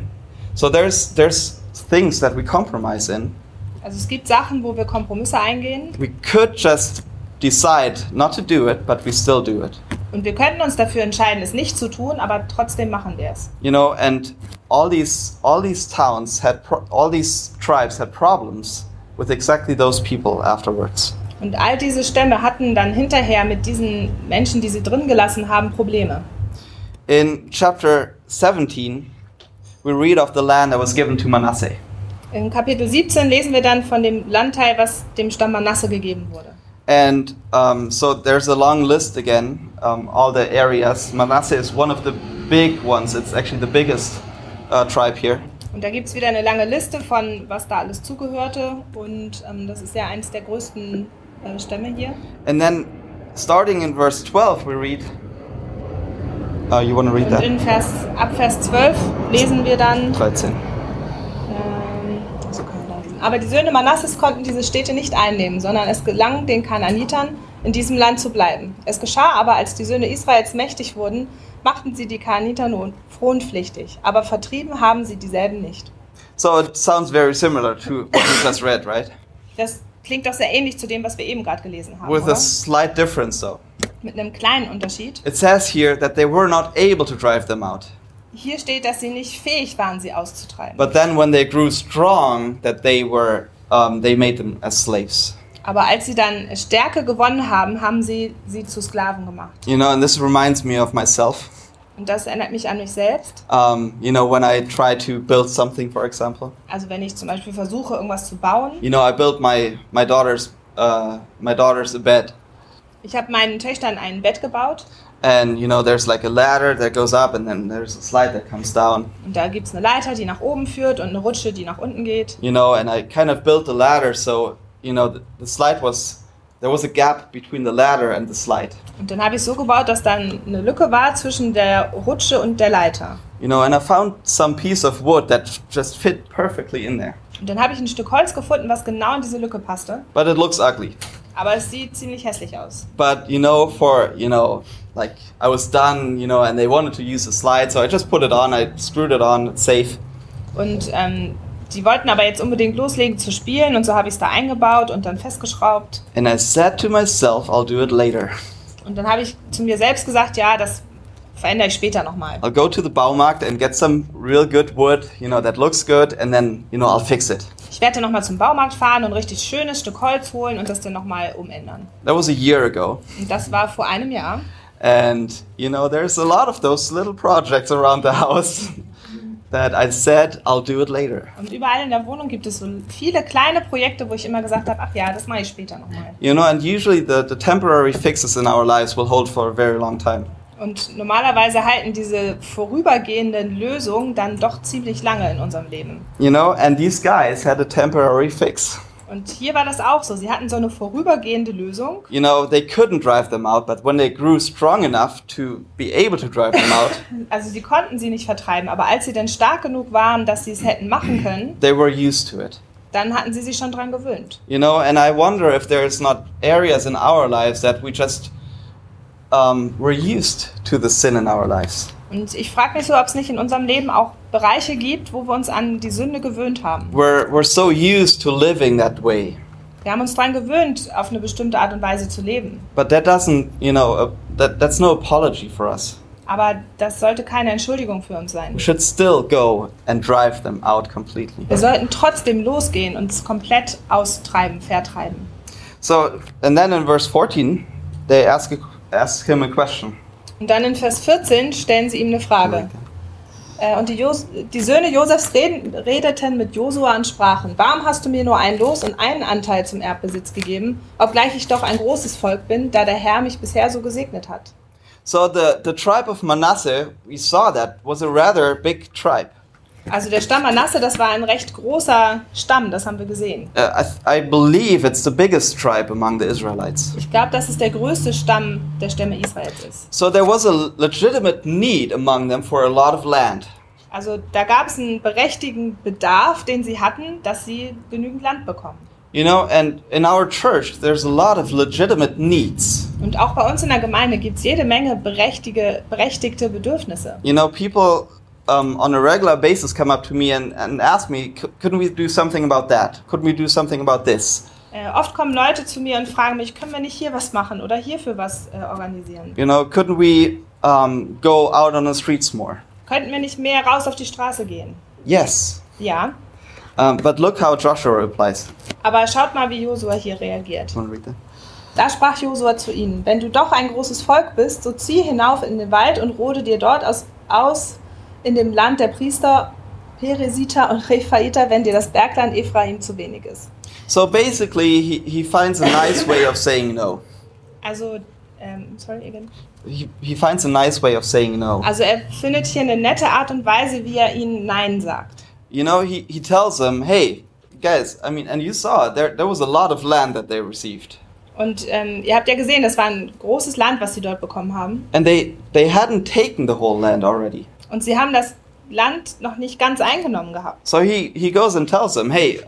[SPEAKER 2] So there's there's things that we compromise in.
[SPEAKER 3] Also es gibt Sachen, wo wir Kompromisse eingehen
[SPEAKER 2] We could just decide not to do it, but we still do it.
[SPEAKER 3] und wir könnten uns dafür entscheiden, es nicht zu tun, aber trotzdem machen wir es.
[SPEAKER 2] You know, and all these all these towns had pro- all these tribes had problems with exactly those people afterwards.
[SPEAKER 3] Und all diese Stämme hatten dann hinterher mit diesen Menschen, die sie drin gelassen haben, Probleme.
[SPEAKER 2] In chapter 17, we read of the land that was given to Manasseh.
[SPEAKER 3] In Kapitel 17 lesen wir dann von dem Landteil, was dem Stamm Manasse gegeben wurde.
[SPEAKER 2] And um, so there's a long list again, um, all the areas. Manasseh is one of the big ones. It's actually the biggest uh, tribe here.
[SPEAKER 3] Und da gibt es wieder eine lange Liste von, was da alles zugehörte. Und ähm, das ist ja eines der größten äh, Stämme hier.
[SPEAKER 2] And then starting in verse 12, we read. Uh, you want to read
[SPEAKER 3] Und
[SPEAKER 2] that?
[SPEAKER 3] in Vers, ab Vers 12 lesen wir dann.
[SPEAKER 2] 13.
[SPEAKER 3] Ähm, so kann man da lesen. aber die Söhne Manasses konnten diese Städte nicht einnehmen, sondern es gelang den Kanaanitern, in diesem Land zu bleiben. Es geschah aber, als die Söhne Israels mächtig wurden, machten sie die Kanaaniter nun fronpflichtig, aber vertrieben haben sie dieselben nicht.
[SPEAKER 2] So it sounds very similar to what we just read, right?
[SPEAKER 3] Das klingt doch sehr ähnlich zu dem, was wir eben gerade gelesen haben,
[SPEAKER 2] With a
[SPEAKER 3] oder?
[SPEAKER 2] slight difference, though.
[SPEAKER 3] mit einem kleinen Unterschied.
[SPEAKER 2] It says here that they were not able to drive them out.
[SPEAKER 3] Hier steht, dass sie nicht fähig waren, sie auszutreiben.
[SPEAKER 2] But then when they grew strong, that they were, um, they made them as slaves.
[SPEAKER 3] Aber als sie dann Stärke gewonnen haben, haben sie sie zu Sklaven gemacht.
[SPEAKER 2] You know, and this reminds me of myself.
[SPEAKER 3] Und das erinnert mich an mich selbst.
[SPEAKER 2] Um, you know, when I try to build something, for example.
[SPEAKER 3] Also wenn ich zum Beispiel versuche, irgendwas zu bauen.
[SPEAKER 2] You know, I built my my daughter's uh, my daughter's bed,
[SPEAKER 3] Ich habe meinen Töchtern ein Bett gebaut
[SPEAKER 2] and you know, there's like a ladder that goes up, and then there's a slide that comes down.
[SPEAKER 3] und da gibt es eine Leiter, die nach oben führt und eine Rutsche, die nach unten geht.
[SPEAKER 2] You know, and I kind of built the ladder, so you know, the, the slide was there was a gap between the ladder and the slide.
[SPEAKER 3] Und dann habe ich so gebaut, dass dann eine Lücke war zwischen der Rutsche und der Leiter.
[SPEAKER 2] You know, and I found some piece of wood that just fit perfectly in there,
[SPEAKER 3] Und dann habe ich ein Stück Holz gefunden, was genau in diese Lücke passte.
[SPEAKER 2] but it looks ugly.
[SPEAKER 3] Aber es sieht ziemlich hässlich aus.
[SPEAKER 2] But you know, for you know, like I was done, you know, and they wanted to use the slide, so I just put it on. I screwed it on. It's safe.
[SPEAKER 3] Und ähm, die wollten aber jetzt unbedingt loslegen zu spielen und so habe ich es da eingebaut und dann festgeschraubt.
[SPEAKER 2] And I said to myself, I'll do it later.
[SPEAKER 3] Und dann habe ich zu mir selbst gesagt, ja, das verändere ich später nochmal.
[SPEAKER 2] I'll go to the Baumarkt and get some real good wood, you know, that looks good, and then, you know, I'll fix it.
[SPEAKER 3] Ich werde dann nochmal zum Baumarkt fahren und ein richtig schönes Stück Holz holen und das dann nochmal umändern.
[SPEAKER 2] That was a year ago.
[SPEAKER 3] Und das war vor einem Jahr.
[SPEAKER 2] And, you know, there's a lot of those little projects around the [laughs] house that I said, I'll do it later.
[SPEAKER 3] Und überall in der Wohnung gibt es so viele kleine Projekte, wo ich immer gesagt habe, ach ja, das mache ich später nochmal.
[SPEAKER 2] You know, and usually the, the temporary fixes in our lives will hold for a very long time.
[SPEAKER 3] Und normalerweise halten diese vorübergehenden Lösungen dann doch ziemlich lange in unserem Leben.
[SPEAKER 2] You know, and these guys had a temporary fix.
[SPEAKER 3] Und hier war das auch so. Sie hatten so eine vorübergehende Lösung.
[SPEAKER 2] You know, they couldn't drive them out, but when they grew strong enough to be able to drive them out,
[SPEAKER 3] Also sie konnten sie nicht vertreiben, aber als sie dann stark genug waren, dass sie es hätten machen können,
[SPEAKER 2] they were used to it.
[SPEAKER 3] dann hatten sie sich schon dran gewöhnt.
[SPEAKER 2] You know, and I wonder if there's not areas in our lives that we just um, we're used to the sin in our lives.
[SPEAKER 3] Und ich frage mich so, ob es nicht in unserem Leben auch Bereiche gibt, wo wir uns an die Sünde gewöhnt haben.
[SPEAKER 2] We're we're so used to living that way.
[SPEAKER 3] Wir haben uns daran gewöhnt, auf eine bestimmte Art und Weise zu leben.
[SPEAKER 2] But that doesn't, you know, uh, that, that's no apology for us.
[SPEAKER 3] Aber das sollte keine Entschuldigung für uns sein.
[SPEAKER 2] We should still go and drive them out completely.
[SPEAKER 3] Wir sollten trotzdem losgehen und es komplett austreiben, vertreiben.
[SPEAKER 2] So, and then in verse 14, they ask, a, ask him a question.
[SPEAKER 3] Und dann in Vers 14 stellen sie ihm eine Frage. Äh, Und die, Jos die Söhne Josefs reden, redeten mit Josua und sprachen, warum hast du mir nur ein Los und einen Anteil zum Erbbesitz gegeben, obgleich ich doch ein großes Volk bin, da der Herr mich bisher so gesegnet hat?
[SPEAKER 2] So the, the tribe of Manasseh, we saw that, was a rather big tribe.
[SPEAKER 3] Also der Stamm Manasse, das war ein recht großer Stamm, das haben wir gesehen.
[SPEAKER 2] Uh, I, th- I believe it's the biggest tribe among the Israelites.
[SPEAKER 3] Ich glaube, dass es der größte Stamm der Stämme Israels ist.
[SPEAKER 2] So there was a legitimate need among them for a lot of land.
[SPEAKER 3] Also da gab es einen berechtigten Bedarf, den sie hatten, dass sie genügend Land bekommen.
[SPEAKER 2] You know, and in our church, there's a lot of legitimate needs.
[SPEAKER 3] Und auch bei uns in der Gemeinde gibt es jede Menge berechtige, berechtigte Bedürfnisse.
[SPEAKER 2] You know, people um, on a regular basis come up to me and, and ask me, "C- couldn't we do something about that? Couldn't we do something about this?
[SPEAKER 3] Äh, oft kommen Leute zu mir und fragen mich, können wir nicht hier was machen oder hierfür was äh, organisieren?
[SPEAKER 2] You know, couldn't we um, go out on the streets more?
[SPEAKER 3] Könnten wir nicht mehr raus auf die Straße gehen?
[SPEAKER 2] Yes.
[SPEAKER 3] Ja,
[SPEAKER 2] Um, but look how Joshua replies.
[SPEAKER 3] aber schaut mal, wie Josua hier reagiert.
[SPEAKER 2] Wanna read that?
[SPEAKER 3] Da sprach Josua zu ihnen, wenn du doch ein großes Volk bist, so zieh hinauf in den Wald und rode dir dort aus, aus in dem Land der Priester, Peresiter und Rephaiter, wenn dir das Bergland Ephraim zu wenig ist.
[SPEAKER 2] So basically, he, he finds a nice way of saying no.
[SPEAKER 3] Also, ähm, sorry again.
[SPEAKER 2] He, he finds a nice way of saying no.
[SPEAKER 3] Also er findet hier eine nette Art und Weise, wie er ihnen Nein sagt.
[SPEAKER 2] You know, he, he tells them, hey, guys, I mean, and you saw, it, there, there was a lot of land that they received.
[SPEAKER 3] Und ähm, ihr habt ja gesehen, das war ein großes Land, was sie dort bekommen haben.
[SPEAKER 2] And they, they hadn't taken the whole land already.
[SPEAKER 3] Und sie haben das Land noch nicht ganz eingenommen gehabt.
[SPEAKER 2] So he, he goes and tells them, hey,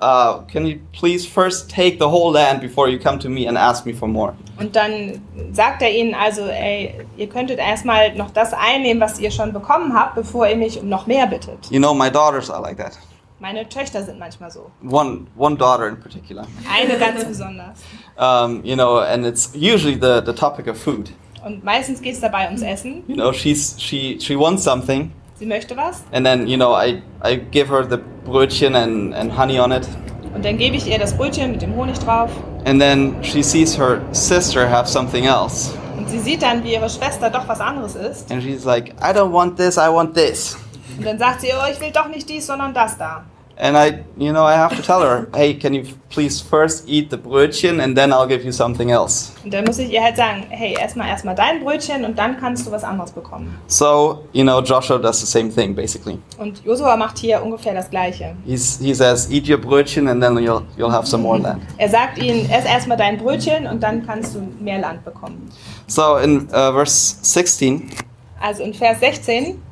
[SPEAKER 2] uh, can you please first take the whole land before you come to me and ask me for more?
[SPEAKER 3] Und dann sagt er ihnen also, ey, ihr könntet erstmal noch das einnehmen, was ihr schon bekommen habt, bevor ihr mich um noch mehr bittet.
[SPEAKER 2] You know, my daughters are like that.
[SPEAKER 3] Meine Töchter sind manchmal so.
[SPEAKER 2] One, one daughter in particular.
[SPEAKER 3] Eine ganz besonders.
[SPEAKER 2] Um, you know, and it's usually the, the topic of food.
[SPEAKER 3] Und meistens geht es dabei ums Essen.
[SPEAKER 2] You know, she's, she, she wants something,
[SPEAKER 3] Sie möchte was
[SPEAKER 2] and then, you know, I, I give her the brötchen and, and honey on it.
[SPEAKER 3] und dann gebe ich ihr das Brötchen mit dem Honig drauf.
[SPEAKER 2] And then she sees her sister have something else.
[SPEAKER 3] Und sie sieht dann, wie ihre Schwester doch was anderes ist.
[SPEAKER 2] And she's like, I don't want this, I want this.
[SPEAKER 3] Und dann sagt sie, oh, ich will doch nicht dies, sondern das da.
[SPEAKER 2] And I, you know, I have to tell her, hey, can you please first eat the brötchen and then I'll give you something else.
[SPEAKER 3] Und dann muss ich ihr halt sagen, hey, erstmal erstmal dein Brötchen und dann kannst du was anderes bekommen.
[SPEAKER 2] So, you know, Joshua does the same thing basically.
[SPEAKER 3] Und Josua macht hier ungefähr das Gleiche.
[SPEAKER 2] He's, he says, eat your brötchen and then you'll, you'll have some more land.
[SPEAKER 3] Er sagt ihnen, ess erstmal dein Brötchen und dann kannst du mehr Land bekommen.
[SPEAKER 2] So in uh, verse 16,
[SPEAKER 3] Also in Vers 16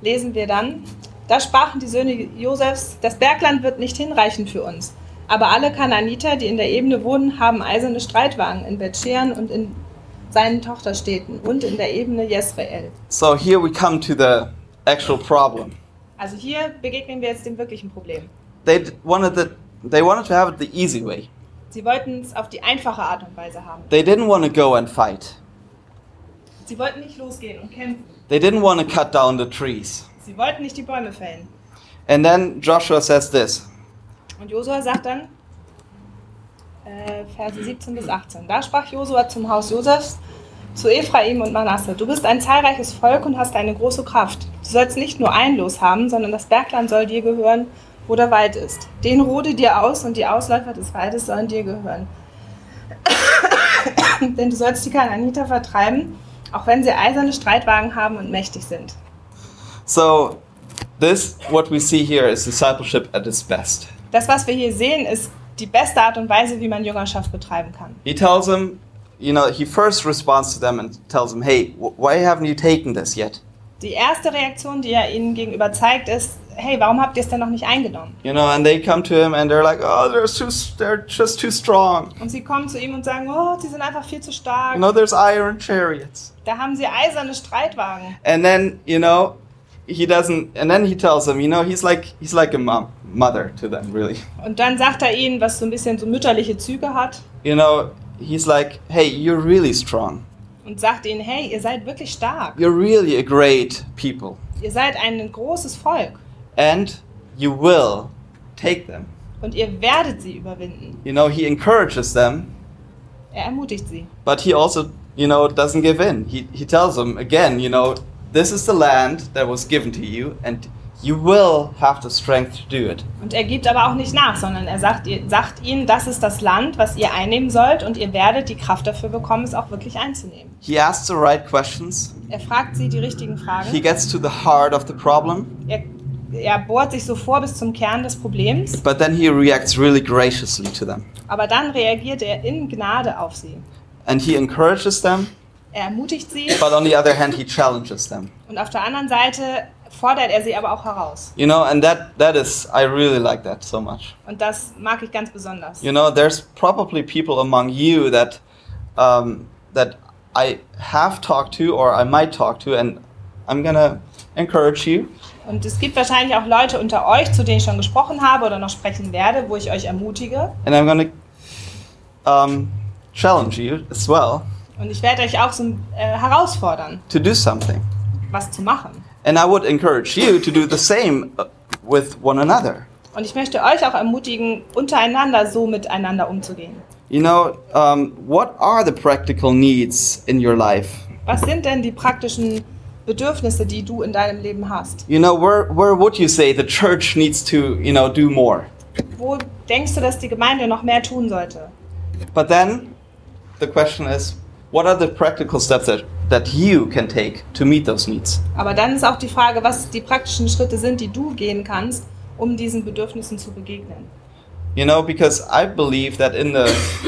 [SPEAKER 3] lesen wir dann, da sprachen die Söhne Josefs, das Bergland wird nicht hinreichen für uns. Aber alle Kananiter, die in der Ebene wohnen, haben eiserne Streitwagen in Betscheren und in seinen Tochterstädten und in der Ebene Jezreel.
[SPEAKER 2] so here we come to the actual problem.
[SPEAKER 3] Also hier begegnen wir jetzt dem wirklichen Problem.
[SPEAKER 2] They d- wanted, the, they wanted to have it the easy way.
[SPEAKER 3] Sie wollten es auf die einfache Art und Weise haben.
[SPEAKER 2] They didn't want to go and fight.
[SPEAKER 3] Sie wollten nicht losgehen und kämpfen.
[SPEAKER 2] They didn't want to cut down the trees.
[SPEAKER 3] Sie wollten nicht die Bäume fällen.
[SPEAKER 2] And then Joshua says this.
[SPEAKER 3] Und Josua sagt dann, äh, Verse 17 bis 18, da sprach Josua zum Haus Josefs, zu Ephraim und Manasse, du bist ein zahlreiches Volk und hast eine große Kraft. Du sollst nicht nur ein Los haben, sondern das Bergland soll dir gehören, wo der Wald ist. Den rode dir aus und die Ausläufer des Waldes sollen dir gehören. [coughs] Denn du sollst die Kananiter vertreiben, auch wenn sie eiserne Streitwagen haben und mächtig sind.
[SPEAKER 2] So, this, what we see here, is discipleship at its best.
[SPEAKER 3] Das, was wir hier sehen, ist die beste Art und Weise, wie man Jüngerschaft betreiben kann.
[SPEAKER 2] He tells them, you know, he first responds to them and tells them, hey, wh- why haven't you taken this yet?
[SPEAKER 3] Die erste Reaktion, die er ihnen gegenüber zeigt, ist, hey, warum habt ihr es denn noch nicht eingenommen?
[SPEAKER 2] You know, and they come to him and they're like, oh, they're, too, s- they're just too strong.
[SPEAKER 3] Und sie kommen zu ihm und sagen, oh, sie sind einfach viel zu stark.
[SPEAKER 2] You know, there's iron chariots.
[SPEAKER 3] Da haben sie eiserne Streitwagen.
[SPEAKER 2] And then, you know, he doesn't, and then he tells them, you know, he's like he's like a mom, mother to them, really. [laughs]
[SPEAKER 3] Und dann sagt er ihnen, was so ein bisschen so mütterliche Züge hat
[SPEAKER 2] You know, he's like, hey, you're really strong.
[SPEAKER 3] und sagt ihnen, hey, ihr seid wirklich stark.
[SPEAKER 2] You're really a great people,
[SPEAKER 3] Ihr seid ein großes Volk
[SPEAKER 2] and you will take them.
[SPEAKER 3] und ihr werdet sie überwinden.
[SPEAKER 2] You know, he encourages them,
[SPEAKER 3] Er ermutigt sie.
[SPEAKER 2] but he also, you know, doesn't give in. He he tells them again, you know, this is the land that was given to you, and you will have the strength to do it.
[SPEAKER 3] Und er gibt aber auch nicht nach, sondern er sagt, ihr, sagt ihnen, das ist das Land, was ihr einnehmen sollt und ihr werdet die Kraft dafür bekommen, es auch wirklich einzunehmen.
[SPEAKER 2] He asks the right questions.
[SPEAKER 3] Er fragt sie die richtigen
[SPEAKER 2] He
[SPEAKER 3] Fragen.
[SPEAKER 2] gets to the heart of the problem,
[SPEAKER 3] Er, er bohrt sich so vor bis zum Kern des Problems,
[SPEAKER 2] but then he reacts really graciously to them.
[SPEAKER 3] aber dann reagiert er in Gnade auf sie.
[SPEAKER 2] And he encourages them,
[SPEAKER 3] Er ermutigt sie
[SPEAKER 2] but on the other hand, he challenges them.
[SPEAKER 3] und auf der anderen Seite fordert er sie aber auch heraus.
[SPEAKER 2] You know, and that that is I really like that so much.
[SPEAKER 3] Und das mag ich ganz besonders.
[SPEAKER 2] You know, there's probably people among you that um, that I have talked to or I might talk to, and I'm gonna encourage you.
[SPEAKER 3] Und es gibt wahrscheinlich auch Leute unter euch, zu denen ich schon gesprochen habe oder noch sprechen werde, wo ich euch ermutige.
[SPEAKER 2] and I'm gonna um, challenge you as well
[SPEAKER 3] Und ich werde euch auch so äh, herausfordern,
[SPEAKER 2] to do something.
[SPEAKER 3] was zu machen.
[SPEAKER 2] And I would encourage you to do the same uh, with one another.
[SPEAKER 3] Und ich möchte euch auch ermutigen, untereinander so miteinander umzugehen.
[SPEAKER 2] You know, um, what are the practical needs in your life?
[SPEAKER 3] Was sind denn die praktischen Bedürfnisse, die du in deinem Leben hast?
[SPEAKER 2] You know, where where would you say the church needs to you know do more?
[SPEAKER 3] Wo denkst du, dass die Gemeinde noch mehr tun sollte?
[SPEAKER 2] But then, the question is, what are the practical steps that that you can take to meet those needs?
[SPEAKER 3] Aber dann ist auch die Frage, was die praktischen Schritte sind, die du gehen kannst, um diesen Bedürfnissen zu begegnen.
[SPEAKER 2] You know, because I believe that in the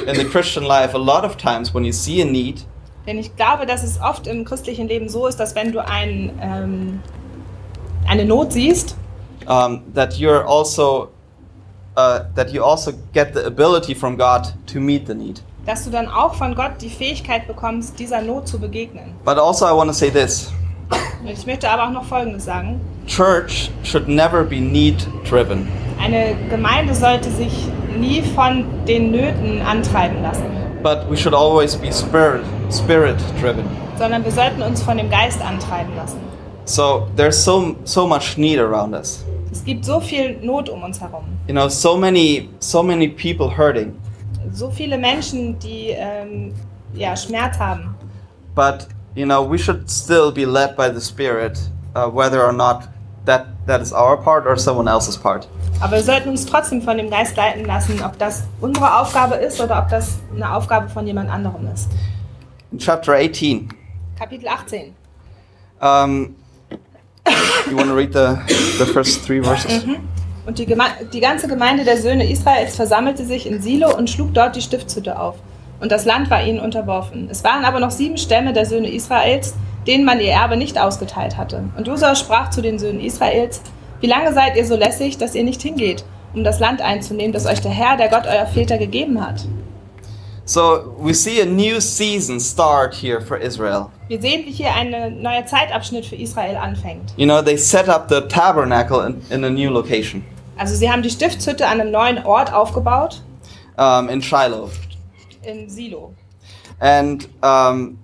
[SPEAKER 2] in the Christian life, a lot of times when you see a need,
[SPEAKER 3] Denn ich glaube, dass es oft im christlichen Leben so ist, dass wenn du ein, ähm, eine Not siehst,
[SPEAKER 2] um, that you're also uh, that you also get the ability from God to meet the need.
[SPEAKER 3] dass du dann auch von Gott die Fähigkeit bekommst, dieser Not zu begegnen.
[SPEAKER 2] But also, I want to say this:
[SPEAKER 3] Und ich möchte aber auch noch Folgendes sagen.
[SPEAKER 2] church should never be need-driven.
[SPEAKER 3] Eine Gemeinde sollte sich nie von den Nöten antreiben lassen,
[SPEAKER 2] But we should always be spirit spirit driven.
[SPEAKER 3] sondern wir sollten uns von dem Geist antreiben lassen.
[SPEAKER 2] So there's so so much need around us.
[SPEAKER 3] Es gibt so viel Not um uns herum,
[SPEAKER 2] You know, so many so many people hurting.
[SPEAKER 3] so viele Menschen, die ähm, ja, Schmerz haben.
[SPEAKER 2] But you know, we should still be led by the Spirit, uh, whether or not that that is our part or someone else's part.
[SPEAKER 3] Aber wir sollten uns trotzdem von dem Geist leiten lassen, ob das unsere Aufgabe ist oder ob das eine Aufgabe von jemand anderem ist.
[SPEAKER 2] In chapter 18,
[SPEAKER 3] Kapitel 18.
[SPEAKER 2] um, [coughs] you want to read the the first three verses.
[SPEAKER 3] Und die, Geme die ganze Gemeinde der Söhne Israels versammelte sich in Silo und schlug dort die Stiftshütte auf. Und das Land war ihnen unterworfen. Es waren aber noch sieben Stämme der Söhne Israels, denen man ihr Erbe nicht ausgeteilt hatte. Und Josua sprach zu den Söhnen Israels, wie lange seid ihr so lässig, dass ihr nicht hingeht, um das Land einzunehmen, das euch der Herr, der Gott eurer Väter gegeben hat?
[SPEAKER 2] So we see a new season start here for Israel.
[SPEAKER 3] Wir sehen, wie hier ein neuer Zeitabschnitt für Israel anfängt.
[SPEAKER 2] You know, they set up the tabernacle in, in a new location,
[SPEAKER 3] Also sie haben die Stiftshütte an einem neuen Ort aufgebaut,
[SPEAKER 2] um, in Shiloh,
[SPEAKER 3] in Silo.
[SPEAKER 2] and um,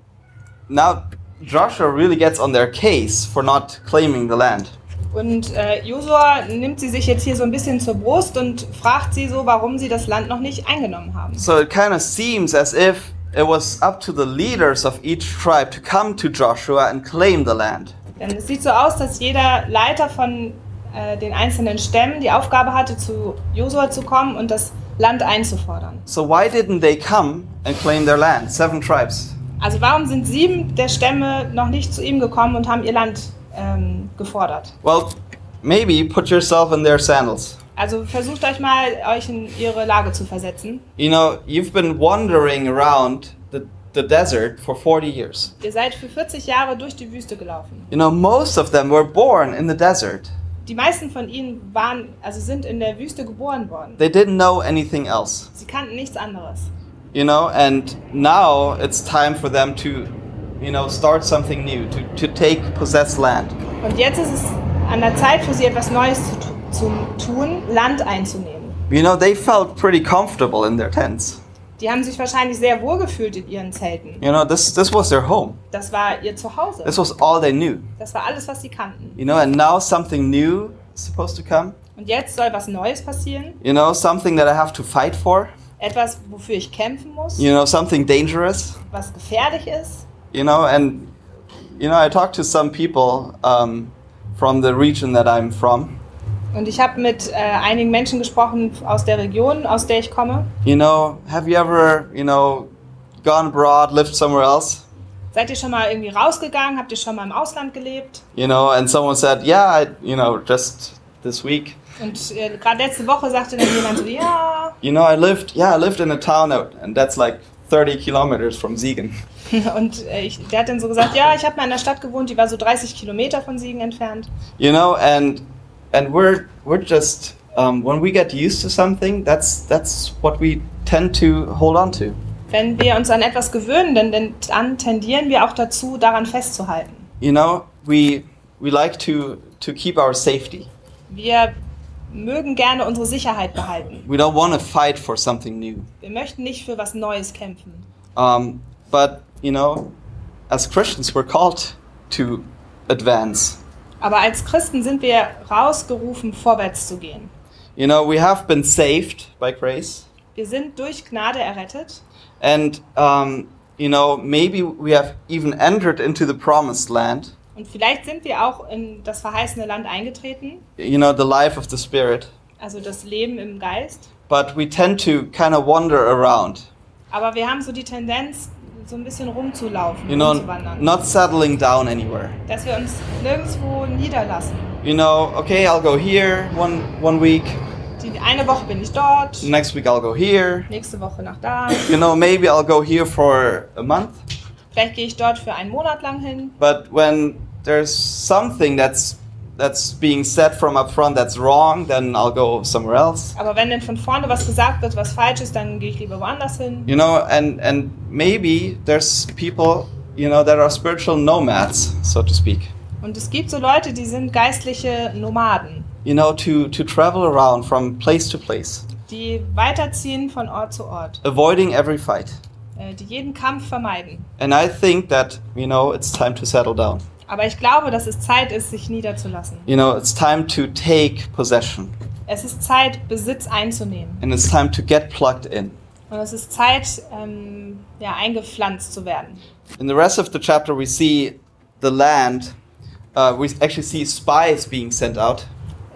[SPEAKER 2] now Joshua really gets on their case for not claiming the land.
[SPEAKER 3] Und äh, Josua nimmt sie sich jetzt hier so ein bisschen zur Brust und fragt sie so, warum sie das Land noch nicht eingenommen haben.
[SPEAKER 2] So it kind of seems as if it was up to the leaders of each tribe to come to Joshua and claim the land.
[SPEAKER 3] Denn es sieht so aus, dass jeder Leiter von äh, den einzelnen Stämmen die Aufgabe hatte, zu Josua zu kommen und das Land einzufordern.
[SPEAKER 2] So why didn't they come and claim their land? Seven tribes.
[SPEAKER 3] Also warum sind sieben der Stämme noch nicht zu ihm gekommen und haben ihr Land ähm, gefordert?
[SPEAKER 2] Well, maybe put yourself in their sandals.
[SPEAKER 3] Also versucht euch mal, euch in ihre Lage zu versetzen.
[SPEAKER 2] You know, you've been wandering around the, the desert for 40 years.
[SPEAKER 3] Ihr seid für 40 Jahre durch die Wüste gelaufen.
[SPEAKER 2] You know, most of them were born in the desert.
[SPEAKER 3] Die meisten von ihnen waren, also sind in der Wüste geboren worden.
[SPEAKER 2] They didn't know anything else,
[SPEAKER 3] Sie kannten nichts anderes.
[SPEAKER 2] you know, and now it's time for them to, you know, start something new, to, to take possessed land.
[SPEAKER 3] Und jetzt ist es an der Zeit für sie etwas Neues zu, tu- zu tun, Land einzunehmen.
[SPEAKER 2] You know, they felt pretty comfortable in their tents.
[SPEAKER 3] Die haben sich wahrscheinlich sehr wohl gefühlt in ihren Zelten.
[SPEAKER 2] You know, this, this was their home.
[SPEAKER 3] Das war ihr Zuhause.
[SPEAKER 2] This was all they knew.
[SPEAKER 3] Das war alles, was sie kannten.
[SPEAKER 2] You know, and now something new is supposed to come.
[SPEAKER 3] Und jetzt soll was Neues passieren.
[SPEAKER 2] You know, something that I have to fight for.
[SPEAKER 3] Etwas, wofür ich kämpfen muss,
[SPEAKER 2] You know, something dangerous.
[SPEAKER 3] was gefährlich ist.
[SPEAKER 2] You know, and you know, I talked to some people um, from the region that I'm from.
[SPEAKER 3] Und ich habe mit äh, einigen Menschen gesprochen aus der Region, aus der ich komme.
[SPEAKER 2] You know, have you ever, you know, gone abroad, lived somewhere else?
[SPEAKER 3] Seid ihr schon mal irgendwie rausgegangen? Habt ihr schon mal im Ausland gelebt?
[SPEAKER 2] You know, and someone said, yeah, I, you know, just this week.
[SPEAKER 3] Und äh, gerade letzte Woche sagte dann jemand so, ja.
[SPEAKER 2] You know, I lived, yeah, I lived in a town out, and that's like 30 kilometers from Siegen.
[SPEAKER 3] [laughs] Und äh, ich, der hat dann so gesagt, ja, ich habe mal in der Stadt gewohnt, die war so 30 Kilometer von Siegen entfernt.
[SPEAKER 2] [laughs] You know, and and we're we're just um, when we get used to something, that's that's what we tend to hold on to.
[SPEAKER 3] Wenn wir uns an etwas gewöhnen, dann, dann- dann tendieren wir auch dazu, daran festzuhalten.
[SPEAKER 2] You know, we we like to to keep our safety.
[SPEAKER 3] Wir mögen gerne unsere Sicherheit behalten.
[SPEAKER 2] We don't want to fight for something new.
[SPEAKER 3] Wir möchten nicht für was Neues kämpfen.
[SPEAKER 2] Um, but you know, as Christians, we're called to advance.
[SPEAKER 3] Aber als Christen sind wir rausgerufen, vorwärts zu gehen.
[SPEAKER 2] You know, we have been saved by grace,
[SPEAKER 3] Wir sind durch Gnade errettet
[SPEAKER 2] and um, you know, maybe we have even entered into the promised land.
[SPEAKER 3] und vielleicht sind wir auch in das verheißene Land eingetreten,
[SPEAKER 2] You know, the life of the Spirit.
[SPEAKER 3] also das Leben im Geist.
[SPEAKER 2] but we tend to kind of wander around,
[SPEAKER 3] Aber wir haben so die Tendenz, so ein bisschen rumzulaufen,
[SPEAKER 2] you know,
[SPEAKER 3] rumzuwandern.
[SPEAKER 2] not settling down anywhere.
[SPEAKER 3] dass wir uns nirgendwo niederlassen.
[SPEAKER 2] You know, okay, I'll go here one one week,
[SPEAKER 3] Die eine Woche bin ich dort,
[SPEAKER 2] next week I'll go here.
[SPEAKER 3] nächste Woche nach da.
[SPEAKER 2] You know, maybe I'll go here for a month,
[SPEAKER 3] Vielleicht gehe ich dort für einen Monat lang hin.
[SPEAKER 2] but when there's something that's that's being said from up front that's wrong, then I'll go somewhere else.
[SPEAKER 3] Aber wenn dann von vorne was gesagt wird, was falsch ist, dann gehe ich lieber woanders hin.
[SPEAKER 2] You know, and and maybe there's people, you know, that are spiritual nomads, so to speak.
[SPEAKER 3] Und es gibt so Leute, die sind geistliche Nomaden,
[SPEAKER 2] You know, to to travel around from place to place.
[SPEAKER 3] die weiterziehen von Ort zu Ort,
[SPEAKER 2] avoiding every fight.
[SPEAKER 3] äh, die jeden Kampf vermeiden.
[SPEAKER 2] And I think that, you know, it's time to settle down.
[SPEAKER 3] Aber ich glaube, dass es Zeit ist, sich niederzulassen.
[SPEAKER 2] You know, it's time to take possession.
[SPEAKER 3] Es ist Zeit, Besitz einzunehmen.
[SPEAKER 2] And it's time to get plugged in.
[SPEAKER 3] Und es ist Zeit, ähm, ja, eingepflanzt zu werden.
[SPEAKER 2] In the rest of the chapter, we see the land. Uh, we actually see spies being sent out.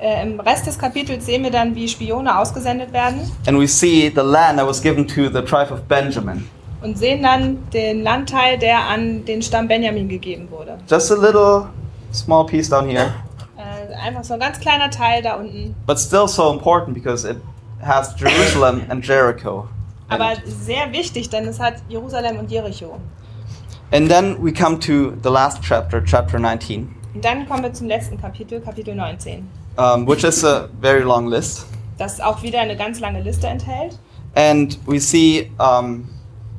[SPEAKER 3] Äh, Im Rest des Kapitels sehen wir dann, wie Spione ausgesendet werden
[SPEAKER 2] And we see the land that was given to the tribe of Benjamin.
[SPEAKER 3] und sehen dann den Landteil, der an den Stamm Benjamin gegeben wurde.
[SPEAKER 2] Just a little small piece down here.
[SPEAKER 3] Äh, einfach so ein ganz kleiner Teil da unten,
[SPEAKER 2] But still so important because it has Jerusalem and Jericho. in
[SPEAKER 3] aber
[SPEAKER 2] it.
[SPEAKER 3] sehr wichtig, denn es hat Jerusalem und Jericho.
[SPEAKER 2] And then we come to the last chapter, chapter 19.
[SPEAKER 3] Und dann kommen wir zum letzten Kapitel, Kapitel 19,
[SPEAKER 2] um, which is a very long list.
[SPEAKER 3] das auch wieder eine ganz lange Liste enthält.
[SPEAKER 2] And we see, um,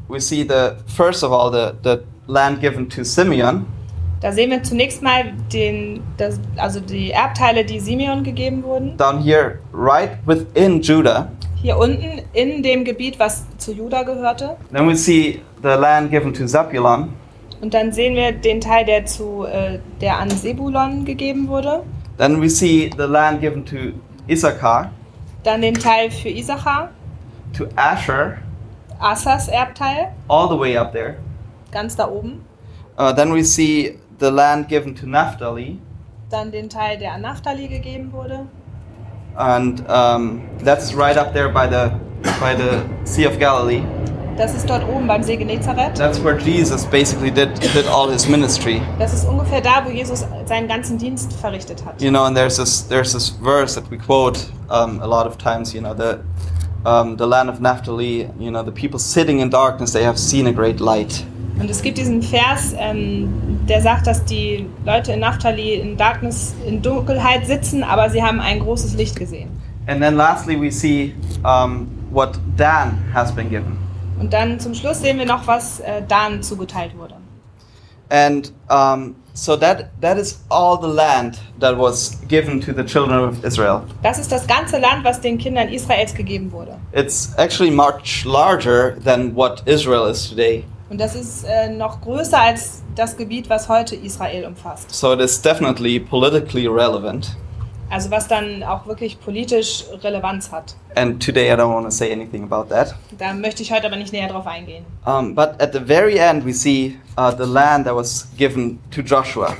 [SPEAKER 2] we see the first of all the, the land given to Simeon,
[SPEAKER 3] Da sehen wir zunächst mal den, das, also die Erbteile, die Simeon gegeben wurden.
[SPEAKER 2] down here right within Judah.
[SPEAKER 3] Hier unten in dem Gebiet, was zu Juda gehörte.
[SPEAKER 2] Then we see the land given to Zebulun.
[SPEAKER 3] Und dann sehen wir den Teil, der zu äh, der an Sebulon gegeben wurde,
[SPEAKER 2] Then we see the land given to Issachar,
[SPEAKER 3] dann den Teil für Isachar,
[SPEAKER 2] to Asher,
[SPEAKER 3] Assas Erbteil,
[SPEAKER 2] all the way up there.
[SPEAKER 3] ganz da oben,
[SPEAKER 2] Uh, then we see the land given to Naphtali,
[SPEAKER 3] dann den Teil, der an Naphtali gegeben wurde.
[SPEAKER 2] and um, that's right up there by the by the Sea of Galilee.
[SPEAKER 3] Das ist dort oben beim See Genezareth.
[SPEAKER 2] That's where Jesus basically did did all his ministry.
[SPEAKER 3] Das ist ungefähr da, wo Jesus seinen ganzen Dienst verrichtet hat.
[SPEAKER 2] you know, and there's this there's this verse that we quote um, a lot of times. You know, the um, the land of Naphtali. You know, the people sitting in darkness, they have seen a great light.
[SPEAKER 3] Und es gibt diesen Vers, ähm, der sagt, dass die Leute in Naphtali in Darkness, in Dunkelheit sitzen, aber sie haben ein großes Licht gesehen.
[SPEAKER 2] And then lastly, we see um, what Dan has been given.
[SPEAKER 3] Und dann zum Schluss sehen wir noch, was äh, Dan zugeteilt wurde.
[SPEAKER 2] And um, So that that is all the land that was given to the children of Israel.
[SPEAKER 3] Das ist das ganze Land, was den Kindern Israels gegeben wurde.
[SPEAKER 2] It's actually much larger than what Israel is today.
[SPEAKER 3] Und das ist äh, noch größer als das Gebiet, was heute Israel umfasst.
[SPEAKER 2] So it is definitely politically relevant.
[SPEAKER 3] Also was dann auch wirklich politisch Relevanz hat.
[SPEAKER 2] And today I don't want to say anything about that.
[SPEAKER 3] Da möchte ich heute aber nicht näher drauf eingehen.
[SPEAKER 2] Um, but at the very end, we see uh, the land that was given to Joshua.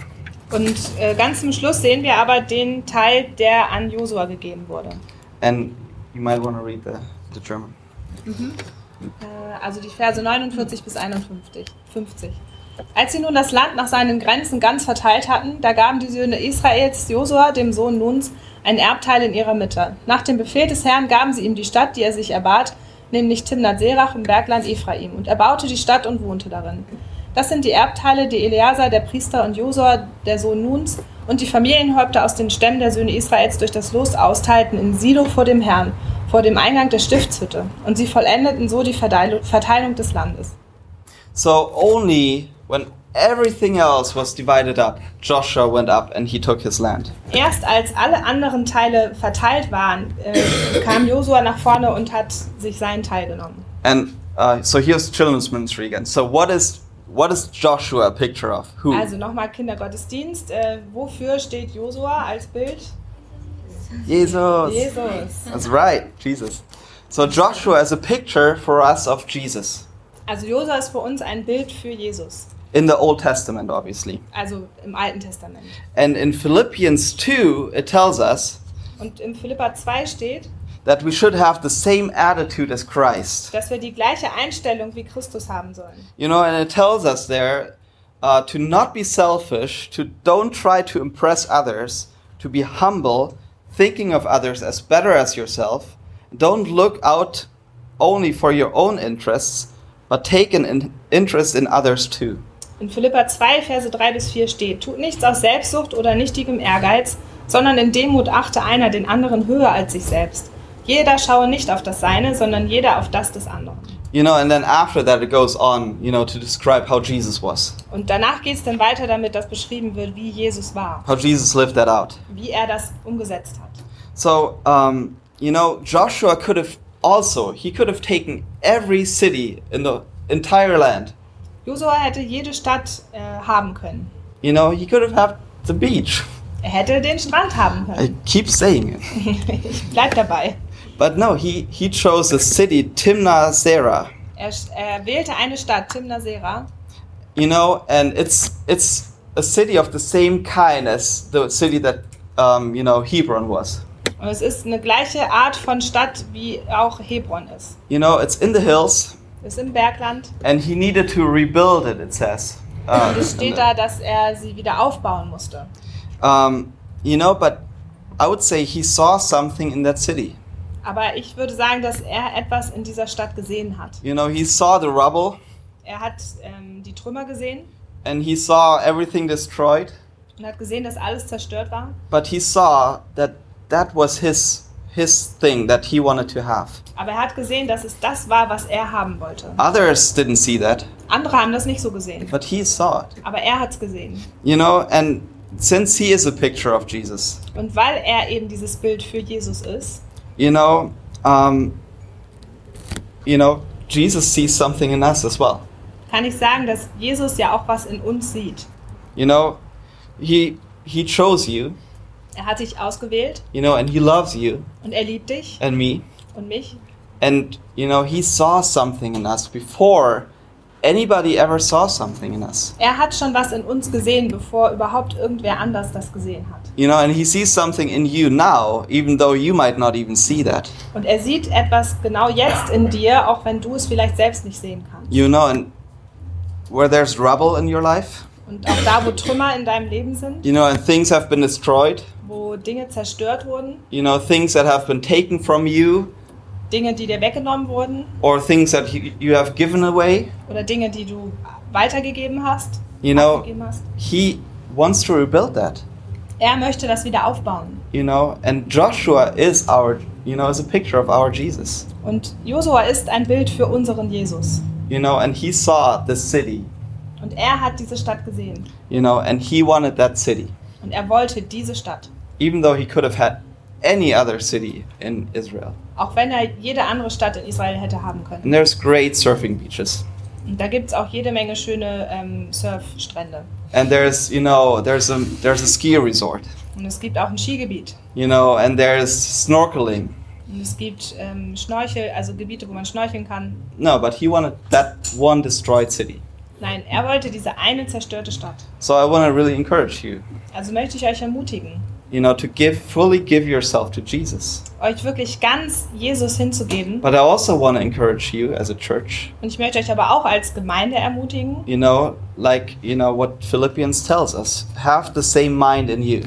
[SPEAKER 3] Und äh, ganz zum Schluss sehen wir aber den Teil, der an Josua gegeben wurde.
[SPEAKER 2] And you might want to read the, the German.
[SPEAKER 3] Äh, also die Verse 49 bis 51. 50. Als sie nun das Land nach seinen Grenzen ganz verteilt hatten, da gaben die Söhne Israels Josua, dem Sohn Nuns, ein Erbteil in ihrer Mitte. Nach dem Befehl des Herrn gaben sie ihm die Stadt, die er sich erbat, nämlich Timnat-Serach im Bergland Ephraim, und er baute die Stadt und wohnte darin. Das sind die Erbteile, die Eleazar, der Priester, und Josua, der Sohn Nuns, und die Familienhäupter aus den Stämmen der Söhne Israels durch das Los austeilten in Silo vor dem Herrn, vor dem Eingang der Stiftshütte. Und sie vollendeten so die Verteilung Verteilung des Landes.
[SPEAKER 2] So only when everything else was divided up, Joshua went up and he took his land.
[SPEAKER 3] Erst als alle anderen Teile verteilt waren, äh, kam Josua nach vorne und hat sich seinen Teil genommen.
[SPEAKER 2] And uh, so here's children's ministry again. So what is what is Joshua a picture of? Who?
[SPEAKER 3] Also nochmal Kindergottesdienst. Äh, wofür steht Josua als Bild?
[SPEAKER 2] Jesus.
[SPEAKER 3] Jesus.
[SPEAKER 2] That's right, Jesus. So Joshua is a picture for us of Jesus
[SPEAKER 3] Also Josua ist für uns ein Bild für Jesus.
[SPEAKER 2] in the Old Testament, obviously.
[SPEAKER 3] Also im Alten Testament.
[SPEAKER 2] And in Philippians 2, it tells us
[SPEAKER 3] Und im Philippa 2 steht,
[SPEAKER 2] that we should have the same attitude as Christ.
[SPEAKER 3] dass wir die gleiche Einstellung wie Christus haben sollen.
[SPEAKER 2] You know, and it tells us there uh, to not be selfish, to don't try to impress others, to be humble, thinking of others as better as yourself. Don't look out only for your own interests, but take an in- interest in others too.
[SPEAKER 3] In Philippa 2, Verse 3 bis 4 steht, tut nichts aus Selbstsucht oder nichtigem Ehrgeiz, sondern in Demut achte einer den anderen höher als sich selbst. Jeder schaue nicht auf das Seine, sondern jeder auf das des anderen.
[SPEAKER 2] You know, and then after that, it goes on, you know, to describe how Jesus was,
[SPEAKER 3] Und danach geht es dann weiter damit, dass beschrieben wird, wie Jesus war,
[SPEAKER 2] how Jesus lived that out.
[SPEAKER 3] wie er das umgesetzt hat.
[SPEAKER 2] So, um, you know, Joshua could have also, he could have taken every city in the entire land.
[SPEAKER 3] Josua hätte jede Stadt äh, haben können.
[SPEAKER 2] You know, he could have had the beach. [laughs]
[SPEAKER 3] Er hätte den Strand haben
[SPEAKER 2] I
[SPEAKER 3] können.
[SPEAKER 2] keep saying it.
[SPEAKER 3] [laughs] ich bleib dabei.
[SPEAKER 2] But no, he, he chose the city Timnah Serah.
[SPEAKER 3] Er, er wählte eine Stadt, Timnasera,
[SPEAKER 2] You know, and it's it's a city of the same kind as the city that um, you know Hebron was.
[SPEAKER 3] Und es ist eine gleiche Art von Stadt, wie auch Hebron ist.
[SPEAKER 2] You know, it's in the hills,
[SPEAKER 3] Ist im Bergland.
[SPEAKER 2] and he needed to rebuild it. It says.
[SPEAKER 3] Und es steht da, dass er sie wieder aufbauen musste.
[SPEAKER 2] Um, you know, but I would say he saw something in that city.
[SPEAKER 3] Aber ich würde sagen, dass er etwas in dieser Stadt gesehen hat.
[SPEAKER 2] You know, he saw the rubble
[SPEAKER 3] Er hat ähm, die Trümmer gesehen
[SPEAKER 2] and he saw everything destroyed,
[SPEAKER 3] und hat gesehen, dass alles zerstört war.
[SPEAKER 2] but he saw that that was his his thing that he wanted to have.
[SPEAKER 3] Aber er hat gesehen, dass es das war, was er haben wollte.
[SPEAKER 2] Others didn't see that,
[SPEAKER 3] Andere haben das nicht so gesehen.
[SPEAKER 2] but he saw it.
[SPEAKER 3] Aber er hat es gesehen.
[SPEAKER 2] You know, and since he is a picture of Jesus,
[SPEAKER 3] Und weil er eben dieses Bild für Jesus ist,
[SPEAKER 2] you know, um, you know, Jesus sees something in us as well.
[SPEAKER 3] kann ich sagen, dass Jesus ja auch was in uns sieht.
[SPEAKER 2] You know, he he chose you,
[SPEAKER 3] Er hat dich ausgewählt
[SPEAKER 2] you know, and he loves you
[SPEAKER 3] und er liebt dich
[SPEAKER 2] and me.
[SPEAKER 3] und mich
[SPEAKER 2] And you know, he saw something in us before anybody ever saw something in us.
[SPEAKER 3] Er hat schon was in uns gesehen, bevor überhaupt irgendwer anders das gesehen hat.
[SPEAKER 2] You know, and he sees something in you now, even though you might not even see that.
[SPEAKER 3] Und er sieht etwas genau jetzt in dir, auch wenn du es vielleicht selbst nicht sehen kannst.
[SPEAKER 2] You know, and where there's rubble in your life,
[SPEAKER 3] Und auch da, wo Trümmer in deinem Leben sind,
[SPEAKER 2] you know, and things have been destroyed,
[SPEAKER 3] wo Dinge zerstört wurden,
[SPEAKER 2] you know, things that have been taken from you
[SPEAKER 3] Dinge, die dir weggenommen wurden
[SPEAKER 2] or things that you you have given away,
[SPEAKER 3] oder Dinge, die du weitergegeben hast,
[SPEAKER 2] you know,
[SPEAKER 3] abgegeben hast,
[SPEAKER 2] he wants to rebuild that.
[SPEAKER 3] er möchte das wieder aufbauen.
[SPEAKER 2] You know, and Joshua is our, you know, is a picture of our Jesus.
[SPEAKER 3] Und Josua ist ein Bild für unseren Jesus.
[SPEAKER 2] You know, and he saw the city
[SPEAKER 3] Und er hat diese Stadt gesehen.
[SPEAKER 2] you know, and he wanted that city,
[SPEAKER 3] Und er wollte diese Stadt.
[SPEAKER 2] even though he could have had any other city in Israel.
[SPEAKER 3] Auch wenn er jede andere Stadt in Israel hätte haben können.
[SPEAKER 2] And there's great surfing beaches.
[SPEAKER 3] Und da gibt es auch jede Menge schöne ähm, Surfstrände.
[SPEAKER 2] And there's, you know, there's a there's a ski resort,
[SPEAKER 3] Und es gibt auch ein Skigebiet.
[SPEAKER 2] you know, and there's snorkeling.
[SPEAKER 3] Und es gibt ähm, Schnorchel, also Gebiete, wo man schnorcheln kann.
[SPEAKER 2] No, but he wanted that one destroyed city.
[SPEAKER 3] Nein, er wollte diese eine zerstörte Stadt.
[SPEAKER 2] So I want to really encourage you,
[SPEAKER 3] Also möchte ich euch ermutigen,
[SPEAKER 2] you know, to give fully give yourself to Jesus.
[SPEAKER 3] euch wirklich ganz Jesus hinzugeben.
[SPEAKER 2] But I also want to encourage you as a church,
[SPEAKER 3] Und ich möchte euch aber auch als Gemeinde ermutigen,
[SPEAKER 2] you know, like, you know, what Philippians tells us, have the same mind in you.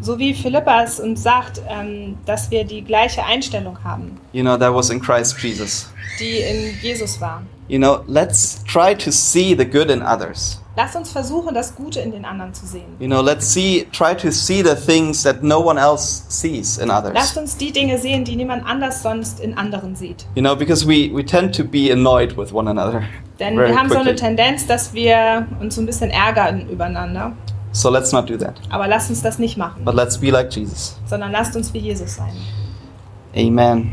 [SPEAKER 3] so wie Philippas uns sagt, ähm, dass wir die gleiche Einstellung haben,
[SPEAKER 2] You know, that was in Christ Jesus.
[SPEAKER 3] die in Jesus war.
[SPEAKER 2] You know, let's try to see the good in others.
[SPEAKER 3] Lasst uns versuchen, das Gute in den anderen zu sehen.
[SPEAKER 2] You know, let's see try to see the things that no one else sees in
[SPEAKER 3] Lasst
[SPEAKER 2] others.
[SPEAKER 3] uns die Dinge sehen, die niemand anders sonst in anderen sieht.
[SPEAKER 2] You know, because we we tend to be annoyed with one another. [laughs]
[SPEAKER 3] Denn
[SPEAKER 2] very
[SPEAKER 3] wir haben so eine
[SPEAKER 2] quickly.
[SPEAKER 3] Tendenz, dass wir uns so ein bisschen ärgern übereinander.
[SPEAKER 2] So let's not do that.
[SPEAKER 3] Aber lasst uns das nicht machen,
[SPEAKER 2] But let's be like Jesus.
[SPEAKER 3] sondern lasst uns wie Jesus sein.
[SPEAKER 2] Amen.